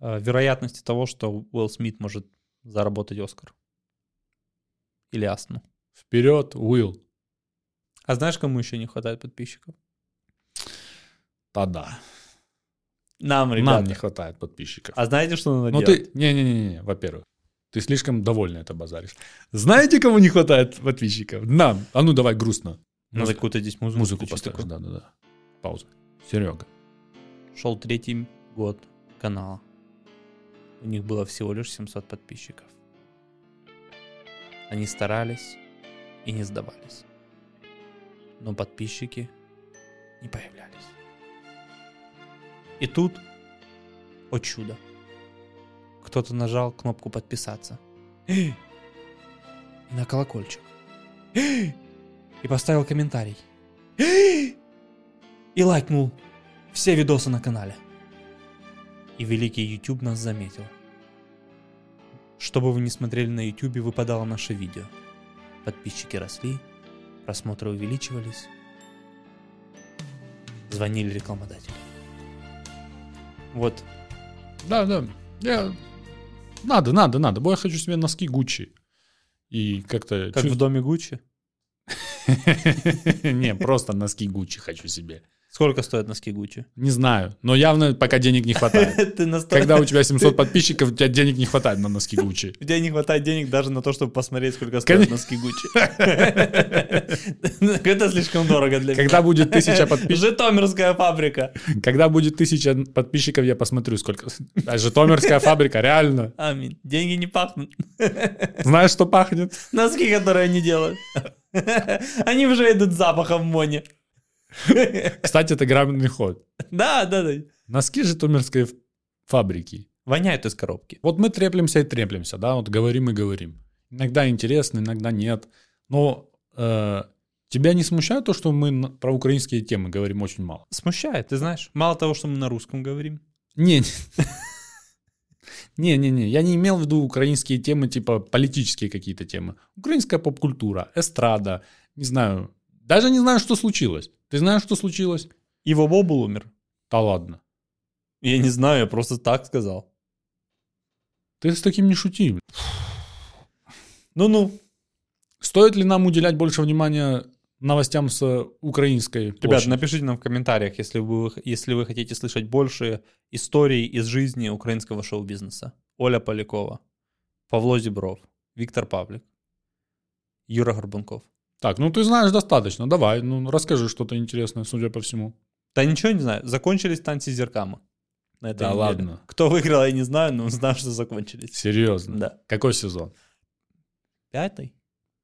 Speaker 1: э, вероятности того, что Уилл Смит может заработать Оскар. Или Астму.
Speaker 3: вперед, Уилл.
Speaker 1: А знаешь, кому еще не хватает подписчиков?
Speaker 3: Та да,
Speaker 1: Нам, ребята.
Speaker 3: нам не хватает подписчиков.
Speaker 1: А знаете, что надо
Speaker 3: Ну
Speaker 1: делать?
Speaker 3: ты, не-не-не, во-первых, ты слишком довольно это базаришь. Знаете, кому не хватает подписчиков? Нам. А ну давай грустно.
Speaker 1: Надо
Speaker 3: Музы-
Speaker 1: какую-то здесь музыку,
Speaker 3: музыку
Speaker 1: включить
Speaker 3: поставишь.
Speaker 1: такую.
Speaker 3: Да, да, да. Пауза. Серега.
Speaker 1: Шел третий год канала. У них было всего лишь 700 подписчиков. Они старались и не сдавались. Но подписчики не появлялись. И тут, о чудо, кто-то нажал кнопку подписаться. И на колокольчик. И поставил комментарий. И лайкнул все видосы на канале. И великий YouTube нас заметил. Что бы вы ни смотрели на YouTube, выпадало наше видео. Подписчики росли, просмотры увеличивались. Звонили рекламодатели. Вот.
Speaker 3: Да, да. Я... Надо, надо, надо. Бо я хочу себе носки Гуччи. И как-то...
Speaker 1: Как
Speaker 3: чу-
Speaker 1: в доме Гуччи.
Speaker 3: [laughs] Не, просто носки Гуччи хочу себе.
Speaker 1: Сколько стоят носки Гуччи? [laughs]
Speaker 3: Не знаю, но явно пока денег не хватает.
Speaker 1: Ты настолько...
Speaker 3: Когда у тебя 700 подписчиков, у тебя денег не хватает на носки Гуччи.
Speaker 1: У тебя не хватает денег даже на то, чтобы посмотреть, сколько
Speaker 3: стоят
Speaker 1: стоят
Speaker 3: Конечно.
Speaker 1: носки
Speaker 3: [laughs]
Speaker 1: Гуччи. [laughs] Это слишком дорого для меня.
Speaker 3: Когда будет тысяча подписчиков...
Speaker 1: Житомирская фабрика.
Speaker 3: Когда будет тысяча подписчиков, я посмотрю, сколько. [laughs] А Житомирская фабрика, реально.
Speaker 1: Аминь. Деньги не пахнут. [laughs]
Speaker 3: Знаешь, что пахнет?
Speaker 1: Носки, которые они делают. [laughs] Они уже идут с запахом Мони.
Speaker 3: Кстати, это грамотный ход.
Speaker 1: Да, да, да.
Speaker 3: Носки Житомирской ф- фабрики.
Speaker 1: Воняют из коробки.
Speaker 3: Вот мы треплемся и треплемся, да, вот говорим и говорим. Иногда интересно, иногда нет. Но э, тебя не смущает то, что мы н- про украинские темы говорим очень мало?
Speaker 1: Смущает, ты знаешь. Мало того, что мы на русском говорим.
Speaker 3: Не, [laughs] не, не, не, я не имел в виду украинские темы, типа политические какие-то темы. Украинская поп-культура, эстрада, не знаю, даже не знаю, что случилось. Ты знаешь, что случилось?
Speaker 1: Его Бобул умер.
Speaker 3: Да ладно.
Speaker 1: Я не знаю, я просто так сказал.
Speaker 3: Ты с таким не шути.
Speaker 1: Ну-ну,
Speaker 3: Стоит ли нам уделять больше внимания новостям с э, украинской
Speaker 1: ребят,
Speaker 3: площади?
Speaker 1: напишите нам в комментариях, если вы, если вы хотите слышать больше историй из жизни украинского шоу-бизнеса. Оля Полякова, Павло Зебров, Виктор Павлик, Юра Горбунков.
Speaker 3: Так, ну ты знаешь достаточно, давай, ну расскажи что-то интересное, судя по всему.
Speaker 1: Да ничего не знаю. Закончились танцы зеркама. На этой
Speaker 3: Да
Speaker 1: неделе.
Speaker 3: ладно?
Speaker 1: Кто выиграл, я не знаю, но знаю, что закончились.
Speaker 3: Серьезно?
Speaker 1: Да.
Speaker 3: Какой сезон?
Speaker 1: Пятый?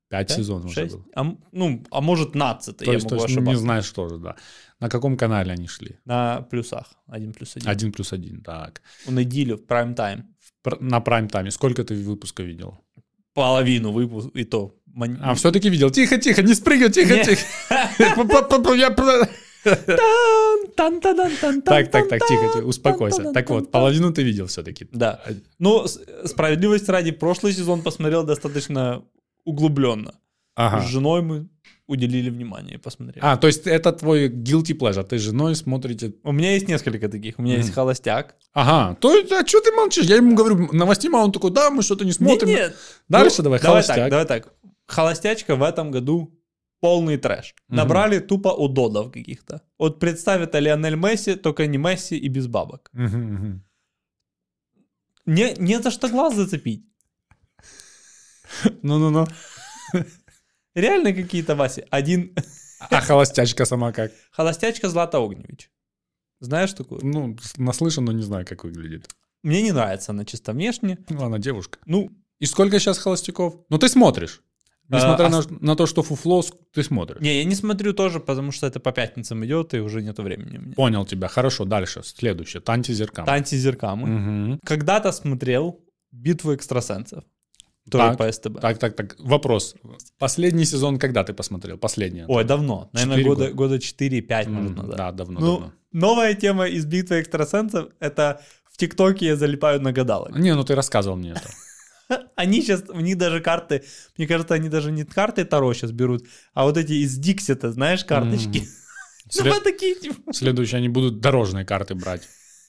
Speaker 3: Пять
Speaker 1: пятый,
Speaker 3: сезонов уже
Speaker 1: шесть?
Speaker 3: было.
Speaker 1: А, м- ну, а может, нацатый,
Speaker 3: То
Speaker 1: я
Speaker 3: есть, то
Speaker 1: могу
Speaker 3: есть, ну, не
Speaker 1: ошибаться.
Speaker 3: знаешь тоже, да. На каком канале они шли?
Speaker 1: На плюсах. Один плюс один.
Speaker 3: Один плюс один, так.
Speaker 1: У Недили в прайм-тайм.
Speaker 3: Пр- На прайм-тайме сколько ты выпуска видел?
Speaker 1: Половину выпуск, и то. мон-
Speaker 3: А, [laughs] все-таки видел. Тихо, тихо, не спрыгай, тихо,
Speaker 1: Не.
Speaker 3: тихо. Я про-
Speaker 1: Тан-та-дан-тан-тан-тан-тан.
Speaker 3: Так, так, так, тихо, тихо, успокойся. Так вот,
Speaker 1: Тан-та-дан-тан-тан.
Speaker 3: половину ты видел все-таки.
Speaker 1: Да. Но с- справедливости ради, прошлый сезон посмотрел достаточно углубленно.
Speaker 3: Ага.
Speaker 1: С женой мы уделили внимание и посмотрели.
Speaker 3: А, то есть это твой guilty pleasure. Ты с женой смотрите...
Speaker 1: У меня есть несколько таких. У меня есть
Speaker 3: Мгм.
Speaker 1: холостяк.
Speaker 3: Ага, то есть, а что ты молчишь? Я ему говорю, новостей мало, он такой, да, мы что-то не смотрим.
Speaker 1: Не, нет.
Speaker 3: Дальше
Speaker 1: Ну,
Speaker 3: давай,
Speaker 1: давай
Speaker 3: холостяк.
Speaker 1: так, давай так. Холостячка в этом году полный трэш.
Speaker 3: Мгм.
Speaker 1: Набрали тупо удодов каких-то. Вот представь это Лионель Месси, только не Месси и без бабок.
Speaker 3: Мгм, мгм.
Speaker 1: Не, не за что глаз зацепить.
Speaker 3: Ну-ну-ну.
Speaker 1: Реально какие-то, Васи. Один [laughs]
Speaker 3: А холостячка сама как?
Speaker 1: холостячка Злата Огневич. Знаешь такую?
Speaker 3: Ну, с- наслышан, но не знаю, как выглядит.
Speaker 1: Мне не нравится она чисто внешне.
Speaker 3: Ну, она девушка.
Speaker 1: Ну,
Speaker 3: И сколько сейчас холостяков? Ну, ты смотришь. Несмотря
Speaker 1: а
Speaker 3: на, на то, что фуфло, с- ты смотришь.
Speaker 1: не, я не смотрю тоже, потому что это по пятницам идет, и уже нету времени у меня.
Speaker 3: Понял тебя. Хорошо, дальше. Следующее. Танти зеркам.
Speaker 1: Танти зеркамы.
Speaker 3: Мгм.
Speaker 1: Когда-то смотрел «Битву экстрасенсов», тоже
Speaker 3: Так,
Speaker 1: по СТБ.
Speaker 3: Так, так, так. Вопрос. Последний сезон когда ты посмотрел? Последний.
Speaker 1: Ой, давно. Наверное,
Speaker 3: Четыре
Speaker 1: года, года 4-5,
Speaker 3: М,
Speaker 1: может, назад.
Speaker 3: Да, давно,
Speaker 1: ну,
Speaker 3: давно.
Speaker 1: новая тема из «Битвы экстрасенсов» — это в ТикТоке я залипаю на гадалок. [laughs]
Speaker 3: Не, ну ты рассказывал мне это.
Speaker 1: Они сейчас, у них даже карты, мне кажется, они даже не карты Таро сейчас берут, а вот эти из Диксита, знаешь, карточки. Ну,
Speaker 3: След-
Speaker 1: вот такие, [laughs] типа.
Speaker 3: Следующие они будут дорожные
Speaker 1: [laughs]
Speaker 3: карты брать.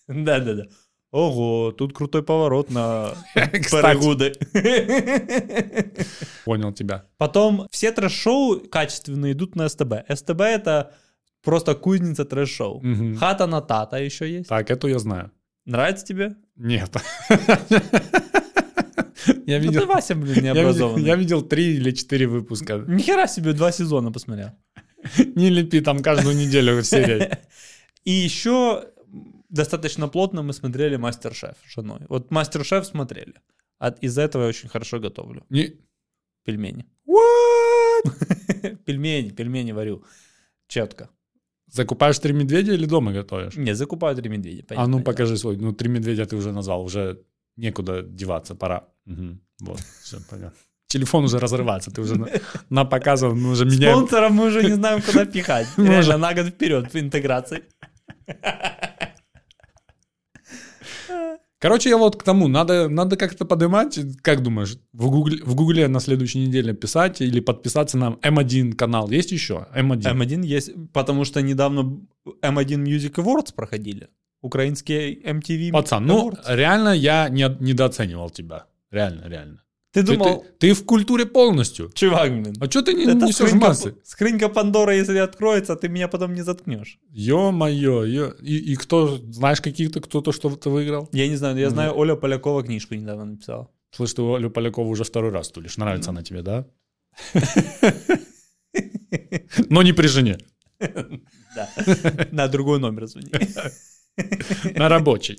Speaker 1: Да-да-да. Ого, тут крутой поворот на
Speaker 3: [laughs] Кстати,
Speaker 1: Парагуды.
Speaker 3: понял тебя.
Speaker 1: [laughs] Потом все трэш-шоу качественно идут на СТБ. СТБ это просто кузница трэш-шоу.
Speaker 3: Мгм.
Speaker 1: Хата на тата еще есть.
Speaker 3: Так, эту я знаю.
Speaker 1: Нравится тебе? [laughs]
Speaker 3: Нет. Я
Speaker 1: Ну ты,
Speaker 3: видел...
Speaker 1: Вася, блин,
Speaker 3: [laughs] Я видел,
Speaker 1: необразованный.
Speaker 3: я видел три или четыре выпуска.
Speaker 1: Нихера себе два сезона посмотрел.
Speaker 3: Не лепи там каждую неделю
Speaker 1: [laughs]
Speaker 3: серии.
Speaker 1: И еще достаточно плотно мы смотрели Мастер-шеф с женой. Вот Мастер-шеф смотрели. От, из-за этого я очень хорошо готовлю.
Speaker 3: Не-
Speaker 1: Пельмени. [laughs] пельмени, пельмени варю. Четко.
Speaker 3: Закупаешь три медведя или дома готовишь?
Speaker 1: Не, закупаю три медведя.
Speaker 3: А ну
Speaker 1: понятное дело.
Speaker 3: покажи свой. Ну три медведя ты уже назвал, уже некуда деваться, пора. Мгм. Вот, все понятно. Телефон уже разрывается, ты уже на- напоказал, мы уже меняем.
Speaker 1: Спонсором мы уже не знаем,
Speaker 3: [laughs]
Speaker 1: куда пихать.
Speaker 3: Мы
Speaker 1: Реально,
Speaker 3: уже-
Speaker 1: на год вперед по интеграции.
Speaker 3: Короче, я вот к тому, надо, надо как-то поднимать, как думаешь, в Гугле, в Гугле на следующей неделе писать или подписаться на М1 канал, есть еще? М1.
Speaker 1: М1 есть, потому что недавно М1 Music Awards проходили. Украинские MTV
Speaker 3: Пацан,
Speaker 1: Music
Speaker 3: ну
Speaker 1: Awards.
Speaker 3: реально я не, недооценивал тебя, реально, реально.
Speaker 1: Ты
Speaker 3: Ты-
Speaker 1: думал,
Speaker 3: ты, ты в культуре полностью.
Speaker 1: чувак, блин,
Speaker 3: А что ты не
Speaker 1: это
Speaker 3: несешь
Speaker 1: скринька,
Speaker 3: массы?
Speaker 1: скринька Пандоры, если откроется, ты меня потом не заткнешь.
Speaker 3: Ё-моё, ё- и, и кто, знаешь каких-то, кто-то что-то выиграл?
Speaker 1: Я не знаю, я
Speaker 3: Ну.
Speaker 1: знаю, Оля Полякова книжку недавно
Speaker 3: [laughs]
Speaker 1: написала.
Speaker 3: Слышь, ты Олю Полякову уже второй раз тулишь. Нравится она тебе, да? [laughs] Но не при жене,
Speaker 1: Да. На другой номер
Speaker 3: [laughs]
Speaker 1: звони.
Speaker 3: на рабочей.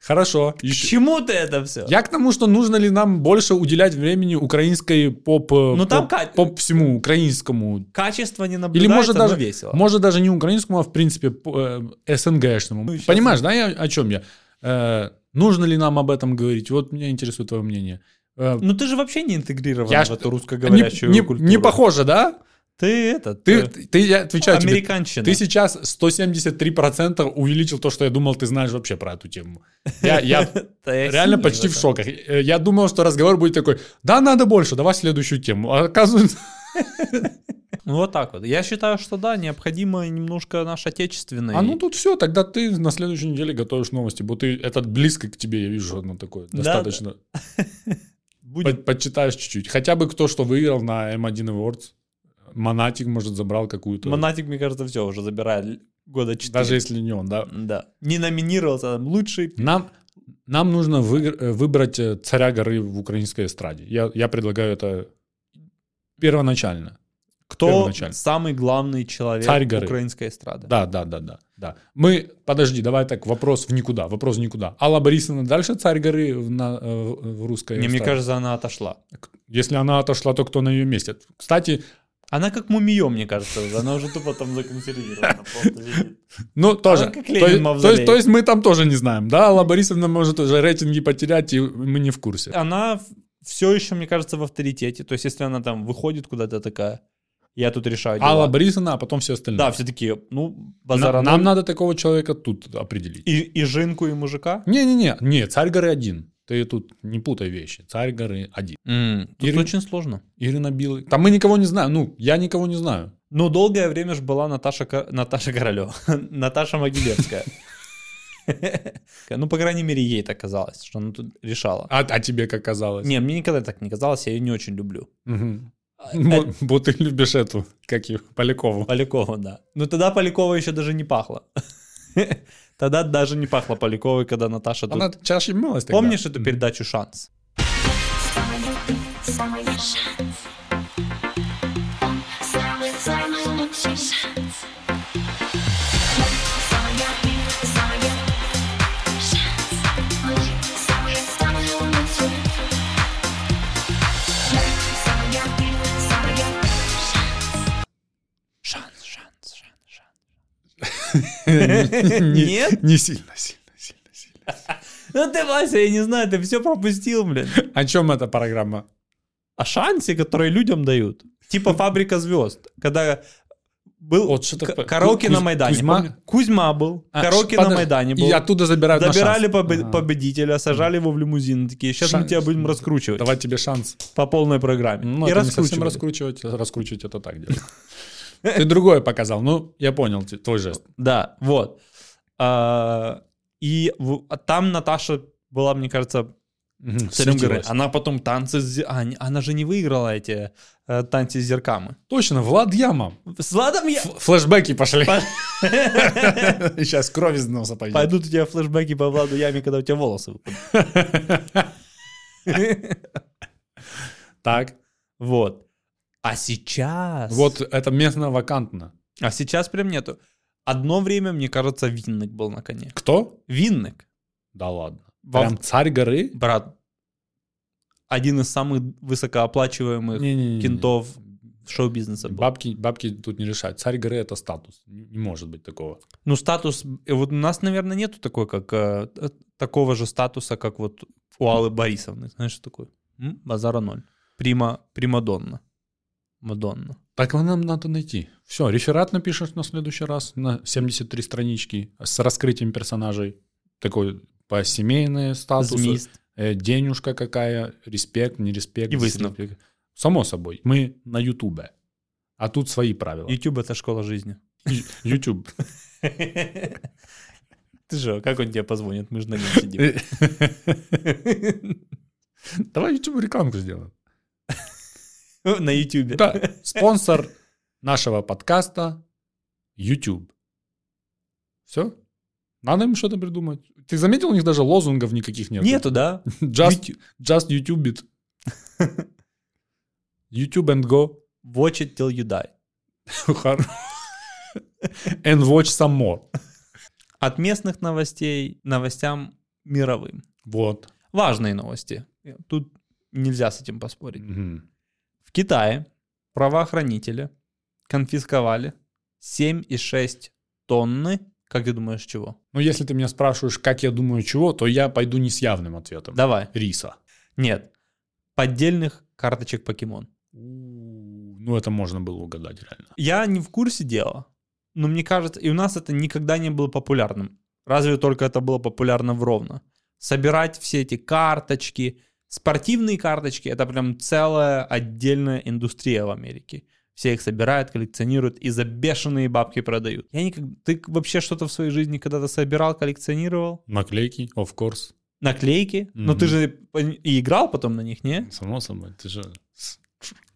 Speaker 3: Хорошо.
Speaker 1: К
Speaker 3: ещё-
Speaker 1: чему ты это все?
Speaker 3: Я к тому, что нужно ли нам больше уделять времени украинской поп... э,
Speaker 1: Ну, там Ну Кать-
Speaker 3: поп, поп всему украинскому.
Speaker 1: Качество не
Speaker 3: Или
Speaker 1: наблюдается,
Speaker 3: может даже,
Speaker 1: но весело.
Speaker 3: может даже не украинскому, а в принципе по- э, СНГшному.
Speaker 1: Ну, и щас-
Speaker 3: Понимаешь, да, я, о чем я? Э, нужно ли нам об этом говорить? Вот меня интересует твое мнение. Э,
Speaker 1: Ну ты же вообще не интегрирован
Speaker 3: Я
Speaker 1: в
Speaker 3: ж-
Speaker 1: эту русскоговорящую
Speaker 3: не, не-
Speaker 1: культуру. Э,
Speaker 3: не похоже, да?
Speaker 1: Ты этот,
Speaker 3: Ты,
Speaker 1: ты,
Speaker 3: ты я отвечаю тебе,
Speaker 1: американщина.
Speaker 3: ты сейчас 173% увеличил то, что я думал, ты знаешь вообще про эту тему. Я, я
Speaker 1: Да я
Speaker 3: реально
Speaker 1: сильный
Speaker 3: почти
Speaker 1: в
Speaker 3: в
Speaker 1: этом.
Speaker 3: шоках. Э, Я думал, что разговор будет такой, да, надо больше, давай следующую тему. А оказывается,
Speaker 1: Ну вот так вот. Я считаю, что да, необходимо немножко наш отечественный.
Speaker 3: а ну тут все, тогда ты на следующей неделе готовишь новости, бо ты это близко к тебе, я вижу, одно такое,
Speaker 1: Да,
Speaker 3: достаточно. По-
Speaker 1: будет.
Speaker 3: Почитаешь чуть-чуть. Хотя бы кто что выиграл на M1 Awards. Монатик, может, забрал какую-то.
Speaker 1: Монатик, мне кажется, все уже забирает л- года 4.
Speaker 3: Даже если не он, да.
Speaker 1: Да. Не номинировался, а там лучший.
Speaker 3: Нам, нам нужно выигр- э, выбрать э, царя горы в украинской эстраде. Я, я предлагаю это первоначально.
Speaker 1: Кто
Speaker 3: Первоначально.
Speaker 1: самый главный человек
Speaker 3: Царь горы.
Speaker 1: украинской эстрады?
Speaker 3: Да, да, да, да, да. Мы, подожди, давай так, вопрос в никуда, вопрос в никуда. Алла Борисовна дальше царь горы в, на- э, в русской
Speaker 1: Не, мне
Speaker 3: эстраде?
Speaker 1: кажется, она отошла.
Speaker 3: Если она отошла, то кто на ее месте? Кстати,
Speaker 1: Она как мумиё, мне кажется, уже. Она уже тупо там
Speaker 3: [laughs]
Speaker 1: законсервирована. просто сидит.
Speaker 3: ну тоже.
Speaker 1: как
Speaker 3: То
Speaker 1: Ленин
Speaker 3: есть- то,
Speaker 1: мавзолей.
Speaker 3: есть, то есть мы там тоже не знаем, да? Алла Борисовна может уже рейтинги потерять, и мы не в курсе.
Speaker 1: Она все еще, мне кажется, в авторитете. То есть, если она там выходит куда-то такая, я тут решаю дела.
Speaker 3: Алла Брисона, а потом все остальное.
Speaker 1: Да, все такие, ну,
Speaker 3: На-
Speaker 1: базара
Speaker 3: Нам
Speaker 1: ноль.
Speaker 3: надо такого человека тут определить.
Speaker 1: И, и жинку, и мужика?
Speaker 3: Не-не-не, не, царь горы один. Ты тут не путай вещи. Царь горы один.
Speaker 1: Тут
Speaker 3: Ирин-
Speaker 1: очень сложно.
Speaker 3: Ирина Билый. Там мы никого не знаем. Ну, я никого не знаю.
Speaker 1: Ну, долгое время же была Наташа, Ко- Наташа Королева, [laughs] Наташа Могилевская. [laughs] Ну, по крайней мере, ей так казалось, что она тут решала.
Speaker 3: А, а тебе как казалось?
Speaker 1: Не, мне никогда так не казалось, я ее не очень люблю.
Speaker 3: Мгм.
Speaker 1: А,
Speaker 3: Бо,
Speaker 1: э,
Speaker 3: бо ты любишь эту, как ее, Полякову.
Speaker 1: Полякова, да. Но тогда Полякова еще даже не пахла. [laughs] Тогда даже не пахло Поляковой, когда Наташа тут...
Speaker 3: Она чаще мылась тогда.
Speaker 1: Помнишь эту передачу «Шанс»?
Speaker 6: Самый шанс. Он самый, самый лучший шанс. Самая, самая шанс. Мы самые, самые лучшие. Самая, самая шанс.
Speaker 1: Шанс, шанс, шанс, шанс.
Speaker 3: [laughs]
Speaker 1: [laughs]
Speaker 3: Не-
Speaker 1: Нет?
Speaker 3: Не сильно, сильно, сильно, сильно.
Speaker 1: Ну ты, Вася, я не знаю, ты все пропустил, блин.
Speaker 3: О чем А эта программа?
Speaker 1: О шансе, которые людям дают. Типа «Фабрика звезд», когда был
Speaker 3: Вот что-то
Speaker 1: к-
Speaker 3: по-
Speaker 1: караоке
Speaker 3: Кузь-
Speaker 1: на Майдане.
Speaker 3: Кузьма?
Speaker 1: помню? Кузьма был,
Speaker 3: А,
Speaker 1: караоке
Speaker 3: ш-
Speaker 1: на
Speaker 3: подож-
Speaker 1: Майдане был.
Speaker 3: И оттуда забирают на
Speaker 1: Забирали
Speaker 3: шанс.
Speaker 1: побе-
Speaker 3: Ага.
Speaker 1: победителя, сажали его в лимузин. Такие, сейчас мы
Speaker 3: Шанс.
Speaker 1: тебя будем раскручивать
Speaker 3: Давать тебе шанс.
Speaker 1: по полной программе.
Speaker 3: Ну,
Speaker 1: И
Speaker 3: это не совсем
Speaker 1: раскручивали.
Speaker 3: раскручивать. Раскручивать это так делать. Ты другое показал. Ну, я понял те- твой жест.
Speaker 1: Да, вот. А, И в- а там Наташа была, мне кажется,
Speaker 3: Мгм,
Speaker 1: царем горы.
Speaker 3: светилась.
Speaker 1: Она потом танцы... с зе- а, не- она же не выиграла эти э, танцы с зеркамы.
Speaker 3: Точно, Влад Яма.
Speaker 1: С Владом я...
Speaker 3: Ф- Флэшбэки пошли. [laughs] Сейчас кровь из носа пойдет.
Speaker 1: Пойдут у тебя флешбеки по Владу Яме, когда у тебя волосы выпадут.
Speaker 3: Так.
Speaker 1: Вот. А сейчас...
Speaker 3: Вот это местно вакантно.
Speaker 1: А сейчас прям нету. Одно время, мне кажется, Винник был на коне.
Speaker 3: Кто?
Speaker 1: Винник,
Speaker 3: Да ладно.
Speaker 1: Во-
Speaker 3: Прям царь горы?
Speaker 1: брат, один из самых высокооплачиваемых
Speaker 3: Не-не-не.
Speaker 1: кентов шоу-бизнеса был.
Speaker 3: Бабки, бабки тут не решают. Царь горы это статус. Не не может быть такого.
Speaker 1: Ну, статус... э, Вот у нас, наверное, нету такой, как... э, э, такого же статуса, как вот у Аллы Борисовны. Знаешь, что такое? М? Базара ноль. Прима... Примадонна. Мадонна.
Speaker 3: Так нам надо найти. Все, реферат напишешь на следующий раз на 73 странички с раскрытием персонажей. Такой по семейные статусы.
Speaker 1: Змеист.
Speaker 3: Э, денежка какая, респект, нереспект.
Speaker 1: И выставка.
Speaker 3: респект. Само собой. Мы на Ютубе. А тут свои правила.
Speaker 1: YouTube — это школа жизни.
Speaker 3: Ю- [laughs] Ютуб.
Speaker 1: Ты же, как он тебе позвонит? Мы же на нем сидим.
Speaker 3: Давай Ютубу рекламку сделаем.
Speaker 1: На YouTube.
Speaker 3: Да, спонсор нашего подкаста YouTube. Все? Надо им что-то придумать. Ты заметил, у них даже лозунгов никаких нет.
Speaker 1: Нету, да?
Speaker 3: Just, just YouTube it. YouTube and go.
Speaker 1: Watch it till you die.
Speaker 3: Хор- And watch some more.
Speaker 1: От местных новостей к новостям мировым.
Speaker 3: Вот.
Speaker 1: Важные новости. Тут нельзя с этим поспорить.
Speaker 3: Мгм.
Speaker 1: В Китае правоохранители конфисковали 7,6 тонны, как ты думаешь, чего?
Speaker 3: Ну, если ты меня спрашиваешь, как я думаю, чего, то я пойду не с явным ответом.
Speaker 1: Давай.
Speaker 3: Риса.
Speaker 1: Нет. Поддельных карточек покемон.
Speaker 3: У, Ну, это можно было угадать реально.
Speaker 1: Я не в курсе дела, но мне кажется, и у нас это никогда не было популярным. Разве только это было популярно в Ровно. Собирать все эти карточки, спортивные карточки, это прям целая отдельная индустрия в Америке. Все их собирают, коллекционируют и за бешеные бабки продают. Я никогда... Ты вообще что-то в своей жизни когда-то собирал, коллекционировал?
Speaker 3: Наклейки, of course.
Speaker 1: Наклейки? Но
Speaker 3: Мгм.
Speaker 1: ты же пон- и играл потом на них, не?
Speaker 3: Само собой, ты же...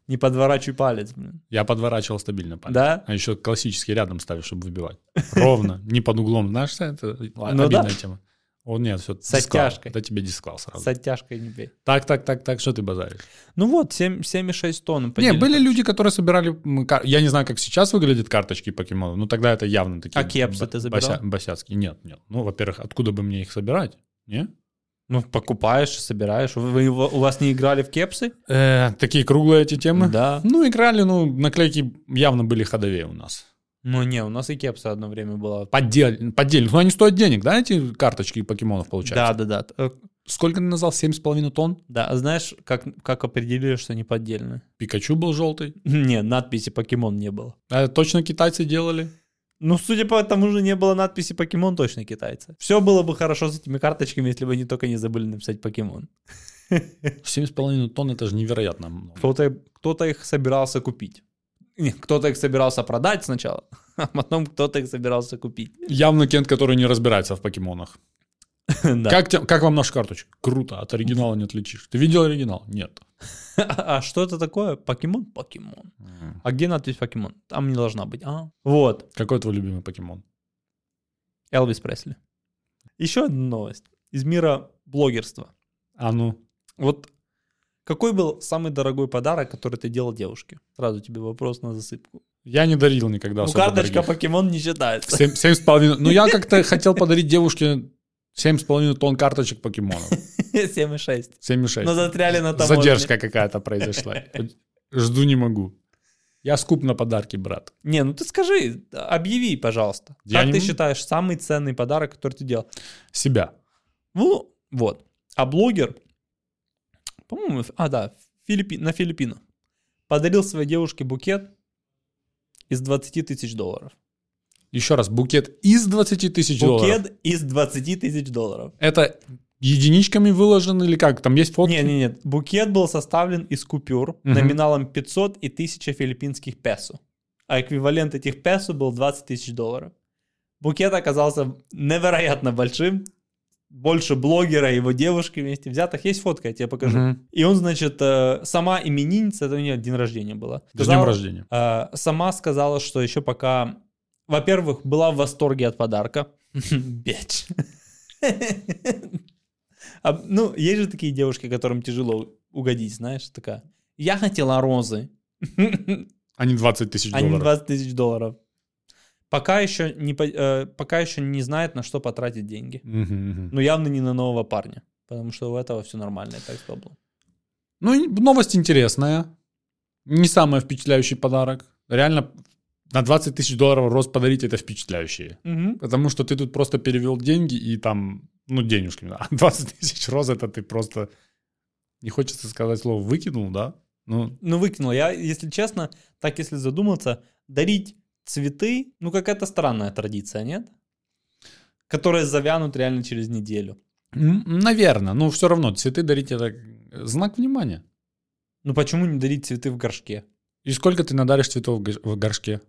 Speaker 1: Не подворачивай палец, блин.
Speaker 3: Я подворачивал стабильно палец.
Speaker 1: Да?
Speaker 3: А еще классический рядом ставишь, чтобы выбивать. Ровно, не под углом. Знаешь, что это
Speaker 1: Ну
Speaker 3: Ладно, обидная
Speaker 1: да.
Speaker 3: тема. О, нет, все,
Speaker 1: С оттяжкой.
Speaker 3: Да тебе дисклал сразу.
Speaker 1: С оттяжкой не бей.
Speaker 3: Так, так, так, так, что ты базаришь?
Speaker 1: Ну вот, семь- 7,6 тонн.
Speaker 3: Не,
Speaker 1: поддельных
Speaker 3: были люди, которые собирали... м, кар- Я не знаю, как сейчас выглядят карточки покемонов, но тогда это явно такие...
Speaker 1: А кепсы
Speaker 3: ба-
Speaker 1: ты забирал?
Speaker 3: бося- Босяцкие. Нет, нет. Ну, во-первых, откуда бы мне их собирать? Не?
Speaker 1: Ну, покупаешь, собираешь. Вы, вы- у вас не играли в кепсы?
Speaker 3: Э, такие круглые эти темы.
Speaker 1: Да.
Speaker 3: Ну, играли, ну, наклейки явно были ходовее у нас.
Speaker 1: Ну, не, у нас и кепса одно время была.
Speaker 3: Поддель, поддельных. Ну, они стоят денег, да, эти карточки покемонов, получается?
Speaker 1: Да, да, да. Э,
Speaker 3: Сколько ты назвал? Семь с половиной тонн?
Speaker 1: Да, а знаешь, как, как определили, что они поддельные?
Speaker 3: Пикачу был желтый.
Speaker 1: [laughs] Не, надписи покемон не было.
Speaker 3: А это точно китайцы делали?
Speaker 1: Ну, судя по тому же, не было надписи покемон точно китайцы. Все было бы хорошо с этими карточками, если бы они только не забыли написать покемон.
Speaker 3: Семь с половиной тонн это же невероятно много.
Speaker 1: Кто-то кто их собирался купить. Не, кто-то их собирался продать сначала, [laughs] а потом кто-то их собирался купить.
Speaker 3: Явно Кент, который не разбирается в покемонах.
Speaker 1: [laughs] Да.
Speaker 3: Как, те- как вам наш карточек? Круто, от оригинала не отличишь. Ты видел оригинал? Нет.
Speaker 1: А что это такое? Покемон? Покемон. А где надпись покемон? Там не должна быть. А, вот.
Speaker 3: Какой твой любимый покемон?
Speaker 1: Элвис Пресли. Еще одна новость из мира блогерства.
Speaker 3: А ну.
Speaker 1: Вот какой был самый дорогой подарок, который ты делал девушке? Сразу тебе вопрос на засыпку.
Speaker 3: Я не дарил никогда
Speaker 1: ну,
Speaker 3: особо
Speaker 1: карточка
Speaker 3: дорогих.
Speaker 1: покемон не
Speaker 3: [laughs]
Speaker 1: считается.
Speaker 3: Семь, семь с половиной. Ну, я как-то хотел подарить девушке семь с половиной тонн карточек покемонов.
Speaker 1: 7,6.
Speaker 3: Семь и шесть.
Speaker 1: Но застряли на таможне.
Speaker 3: Задержка какая-то произошла. Жду не могу. Я скуп на подарки, брат.
Speaker 1: Не, ну ты скажи, объяви, пожалуйста.
Speaker 3: Я
Speaker 1: как
Speaker 3: не
Speaker 1: ты
Speaker 3: могу.
Speaker 1: считаешь самый ценный подарок, который ты делал?
Speaker 3: Себя.
Speaker 1: Ну, вот. А блогер, по-моему, ф- а да, Филиппи- на Филиппинах, подарил своей девушке букет из 20 тысяч долларов.
Speaker 3: Еще раз, букет из 20 тысяч долларов.
Speaker 1: Букет из 20 тысяч долларов.
Speaker 3: Это единичками выложен или как? Там есть фотки?
Speaker 1: Не, не, нет. Букет был составлен из купюр номиналом 500 и 1000 филиппинских песо. А эквивалент этих песо был 20 тысяч долларов. Букет оказался невероятно большим. Больше блогера и его девушки вместе взятых. Есть фотка, я тебе покажу.
Speaker 3: Мгм.
Speaker 1: И он, значит, э, сама именинница, это у нее день рождения была.
Speaker 3: С
Speaker 1: Сказала-
Speaker 3: днем рождения.
Speaker 1: Э, Сама сказала, что еще пока, во-первых, была в восторге от подарка. [laughs] Бич. [laughs] А, Ну, есть же такие девушки, которым тяжело угодить, знаешь, такая. Я хотела розы, [laughs]
Speaker 3: А не 20 тысяч
Speaker 1: а не
Speaker 3: долларов.
Speaker 1: 20 тысяч долларов. Пока еще не, по- э, пока еще не знает, на что потратить деньги.
Speaker 3: Мгм, мгм.
Speaker 1: Но явно не на нового парня, потому что у этого все нормально, я так сказал. было.
Speaker 3: Ну, и новость интересная. Не самый впечатляющий подарок. Реально, на 20 тысяч долларов рост подарить это впечатляющее.
Speaker 1: Мгм.
Speaker 3: Потому что ты тут просто перевел деньги и там, ну, денежками. А [laughs] 20 тысяч роз это ты просто, не хочется сказать слово, выкинул, да? Ну,
Speaker 1: Ну, выкинул. Я, если честно, так если задуматься, дарить цветы, ну, какая-то странная традиция, нет? Которые завянут реально через неделю.
Speaker 3: м, наверное. Ну, все равно цветы дарить это э, знак внимания.
Speaker 1: Ну, почему не дарить цветы в горшке?
Speaker 3: И сколько ты надаришь цветов в гор- в горшке?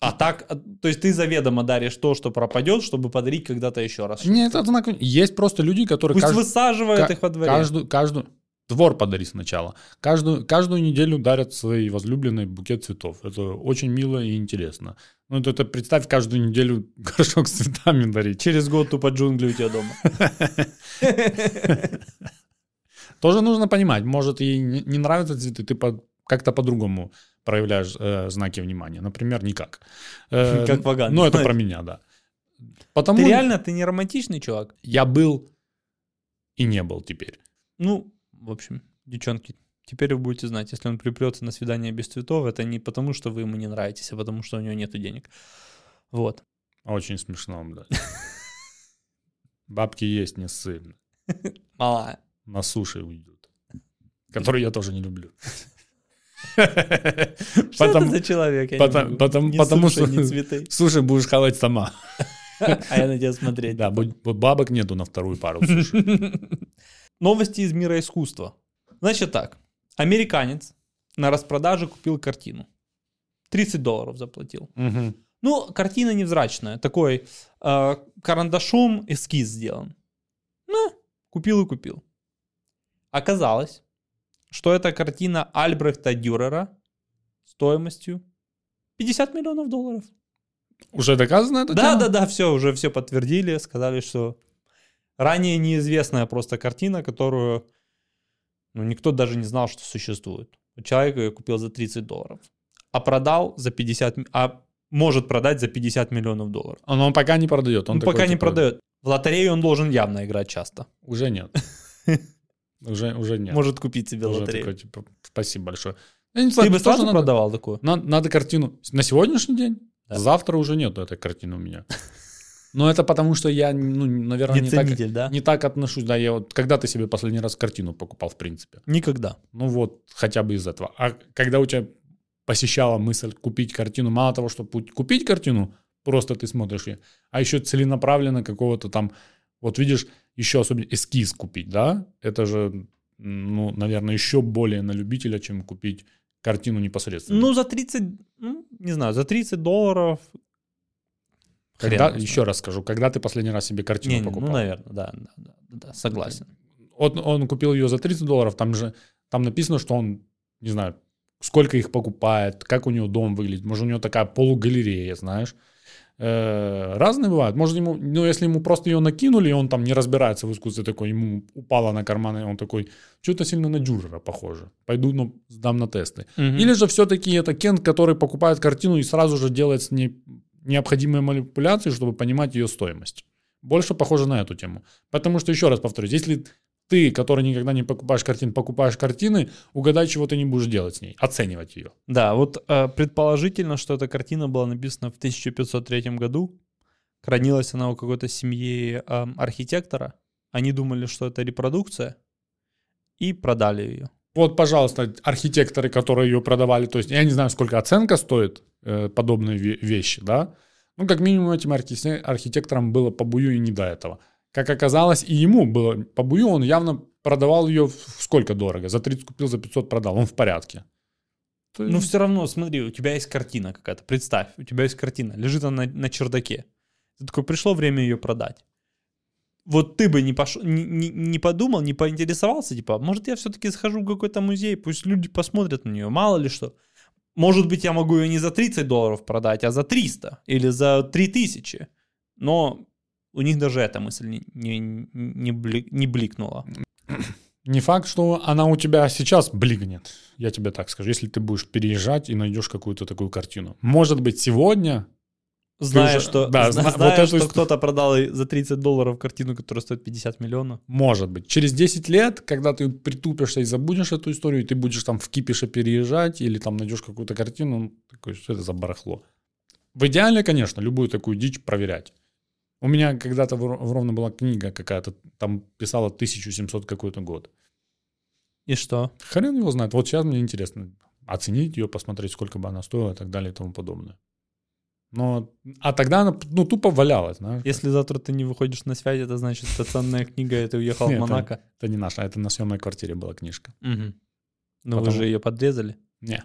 Speaker 1: А так, а, то есть ты заведомо даришь то, что пропадет, чтобы подарить когда-то еще раз.
Speaker 3: Нет, это знак вни- Есть просто люди, которые...
Speaker 1: Пусть
Speaker 3: ну, кажд-
Speaker 1: высаживают
Speaker 3: ка-
Speaker 1: их во дворе.
Speaker 3: каждую, каждую двор подари сначала. Каждую, каждую неделю дарят своей возлюбленной букет цветов. Это очень мило и интересно. Ну, это, это представь каждую неделю [laughs] горшок с цветами дарить.
Speaker 1: Через год тупо джунгли у тебя дома.
Speaker 3: Тоже нужно понимать, может, ей не, не нравятся цветы, ты по- как-то по-другому проявляешь э, знаки внимания. Например, никак.
Speaker 1: [laughs]
Speaker 3: Э,
Speaker 1: Как Ваган,
Speaker 3: Ну, это
Speaker 1: знаешь.
Speaker 3: про меня, да. Потому
Speaker 1: Ты реально, ты не романтичный чувак?
Speaker 3: я был и не был теперь.
Speaker 1: Ну, в общем, девчонки, теперь вы будете знать, если он приплется на свидание без цветов, это не потому, что вы ему не нравитесь, а потому, что у него нет денег. Вот.
Speaker 3: Очень
Speaker 1: [laughs]
Speaker 3: смешно, блядь. Бабки есть, не ссы. блядь.
Speaker 1: Малая.
Speaker 3: На
Speaker 1: [laughs]
Speaker 3: суши уйдут. Которые я тоже не люблю.
Speaker 1: Что
Speaker 3: Потому-
Speaker 1: это за человек? Я не
Speaker 3: потом-
Speaker 1: могу.
Speaker 3: потом-
Speaker 1: Ни
Speaker 3: потому
Speaker 1: суши,
Speaker 3: что-
Speaker 1: ни цветы.
Speaker 3: [laughs]
Speaker 1: [laughs]
Speaker 3: Суши будешь хавать сама.
Speaker 1: А я на тебя смотреть.
Speaker 3: Да, будь- бу- бабок нету на вторую пару суши.
Speaker 1: [laughs] Новости из мира искусства. Значит так. Американец на распродаже купил картину. 30 долларов заплатил. Ну, картина невзрачная. Такой э, карандашом эскиз сделан. Ну, купил и купил. Оказалось, что это картина Альбрехта Дюрера стоимостью 50 миллионов долларов.
Speaker 3: Уже доказано это?
Speaker 1: Да, да, да, все, уже все подтвердили, сказали, что ранее неизвестная просто картина, которую ну, никто даже не знал, что существует. Человек ее купил за 30 долларов, а продал за 50, м- а может продать за 50 миллионов долларов.
Speaker 3: Но он пока не продает. он
Speaker 1: Он
Speaker 3: такой,
Speaker 1: Ну, пока не
Speaker 3: типа,
Speaker 1: продает. В лотерею он должен явно играть часто. [laughs]
Speaker 3: Уже нет. Уже уже нет.
Speaker 1: Может купить себе
Speaker 3: Уже
Speaker 1: лотерею.
Speaker 3: такой, типа, спасибо большое. Я не
Speaker 1: Ты
Speaker 3: знаю,
Speaker 1: бы
Speaker 3: тоже
Speaker 1: сразу
Speaker 3: надо-
Speaker 1: продавал такую?
Speaker 3: Надо, надо картину на сегодняшний день.
Speaker 1: Да.
Speaker 3: Завтра уже нету этой картины у меня. Но это потому, что я, ну, наверное,
Speaker 1: Не
Speaker 3: не, так,
Speaker 1: ценитель, да?
Speaker 3: не так отношусь. Да, я вот когда ты себе последний раз картину покупал, в принципе.
Speaker 1: Никогда.
Speaker 3: Ну вот, хотя бы из этого. А когда у тебя посещала мысль купить картину, мало того, что пу- купить картину, просто ты смотришь ее, а еще целенаправленно какого-то там, вот видишь, еще особенно эскиз купить, да? Это же, ну, наверное, еще более на любителя, чем купить картину непосредственно.
Speaker 1: Ну, за 30, ну, не знаю, за 30 долларов.
Speaker 3: когда,
Speaker 1: хрен его
Speaker 3: еще раз скажу, когда ты последний раз себе
Speaker 1: знает. Не,
Speaker 3: картину
Speaker 1: не,
Speaker 3: покупал?
Speaker 1: ну, наверное, да, да, да, да, согласен.
Speaker 3: он, он купил ее за 30 долларов, там же там написано, что он, не знаю, сколько их покупает, как у него дом выглядит. Может, у него такая полугалерея, знаешь. Э, Разные бывают. Может, ему, ну, если ему просто ее накинули, и он там не разбирается в искусстве такой, ему упало на карман, и он такой, что-то сильно на Дюрера похоже. Пойду ну, сдам на тесты. Или же все-таки это Кент, который покупает картину и сразу же делает с ней необходимые манипуляции, чтобы понимать ее стоимость. Больше похоже на эту тему. Потому что, еще раз повторюсь, если ты, который никогда не покупаешь картин, покупаешь картины, угадай, чего ты не будешь делать с ней, оценивать ее.
Speaker 1: Да, вот э, предположительно, что эта картина была написана в 1503 году. Хранилась она у какой-то семьи эм, архитектора. Они думали, что это репродукция, и продали ее.
Speaker 3: Вот, пожалуйста, архитекторы, которые ее продавали, то есть я не знаю, сколько оценка стоит э, подобные ве- вещи, да. Ну, как минимум, этим архи- архитекторам было по бую и не до этого. Как оказалось, и ему было по бую, он явно продавал ее в в сколько дорого? За 30 купил, за 500 продал, он в порядке. То
Speaker 1: Ну,
Speaker 3: есть-
Speaker 1: все равно, смотри, у тебя есть картина какая-то. Представь, у тебя есть картина, лежит она на, на чердаке. Ты такой, пришло время ее продать. Вот ты бы не, пош... не, не- не подумал, не поинтересовался, типа, может, я все-таки схожу в какой-то музей, пусть люди посмотрят на нее, мало ли что. Может быть, я могу ее не за 30 долларов продать, а за 300 или за 3000. Но у них даже эта мысль не, не, не, бли- не бликнула.
Speaker 3: Не факт, что она у тебя сейчас блигнет, я тебе так скажу, если ты будешь переезжать и найдешь какую-то такую картину. Может быть, сегодня
Speaker 1: Зная,
Speaker 3: уже-
Speaker 1: что,
Speaker 3: да,
Speaker 1: зна-
Speaker 3: зна- вот
Speaker 1: зная,
Speaker 3: эту
Speaker 1: что
Speaker 3: историю.
Speaker 1: кто-то продал и за 30 долларов картину, которая стоит 50 миллионов.
Speaker 3: Может быть. Через 10 лет, когда ты притупишься и забудешь эту историю, и ты будешь там в кипише переезжать, или там найдешь какую-то картину, ну, такой, что это за барахло. В идеале, конечно, любую такую дичь проверять. У меня когда-то в Ро- в Ровно была книга какая-то, там писала 1700 какой-то год.
Speaker 1: И что?
Speaker 3: Хрен его знает. Вот сейчас мне интересно оценить ее, посмотреть, сколько бы она стоила и так далее и тому подобное. Но, а тогда она ну, тупо валялась. Знаешь,
Speaker 1: Если завтра ты не выходишь на связь, это значит стационная книга, и ты уехал в
Speaker 3: Нет,
Speaker 1: Монако.
Speaker 3: Это не наша, это на съемной квартире была книжка.
Speaker 1: Мгм. Но Ну, вы
Speaker 3: Потому-
Speaker 1: же ее подрезали.
Speaker 3: Не.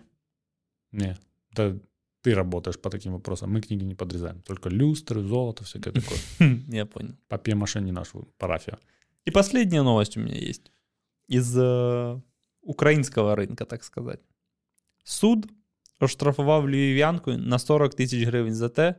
Speaker 3: Не. Да ты работаешь по таким вопросам. Мы книги не подрезаем. Только люстры, золото, всякое
Speaker 1: [laughs]
Speaker 3: такое.
Speaker 1: Хм, Я понял.
Speaker 3: Папье-маше не нашу парафия.
Speaker 1: И последняя новость у меня есть. Из э, украинского рынка, так сказать. Суд оштрафував львів'янку на 40 тисяч гривень за те,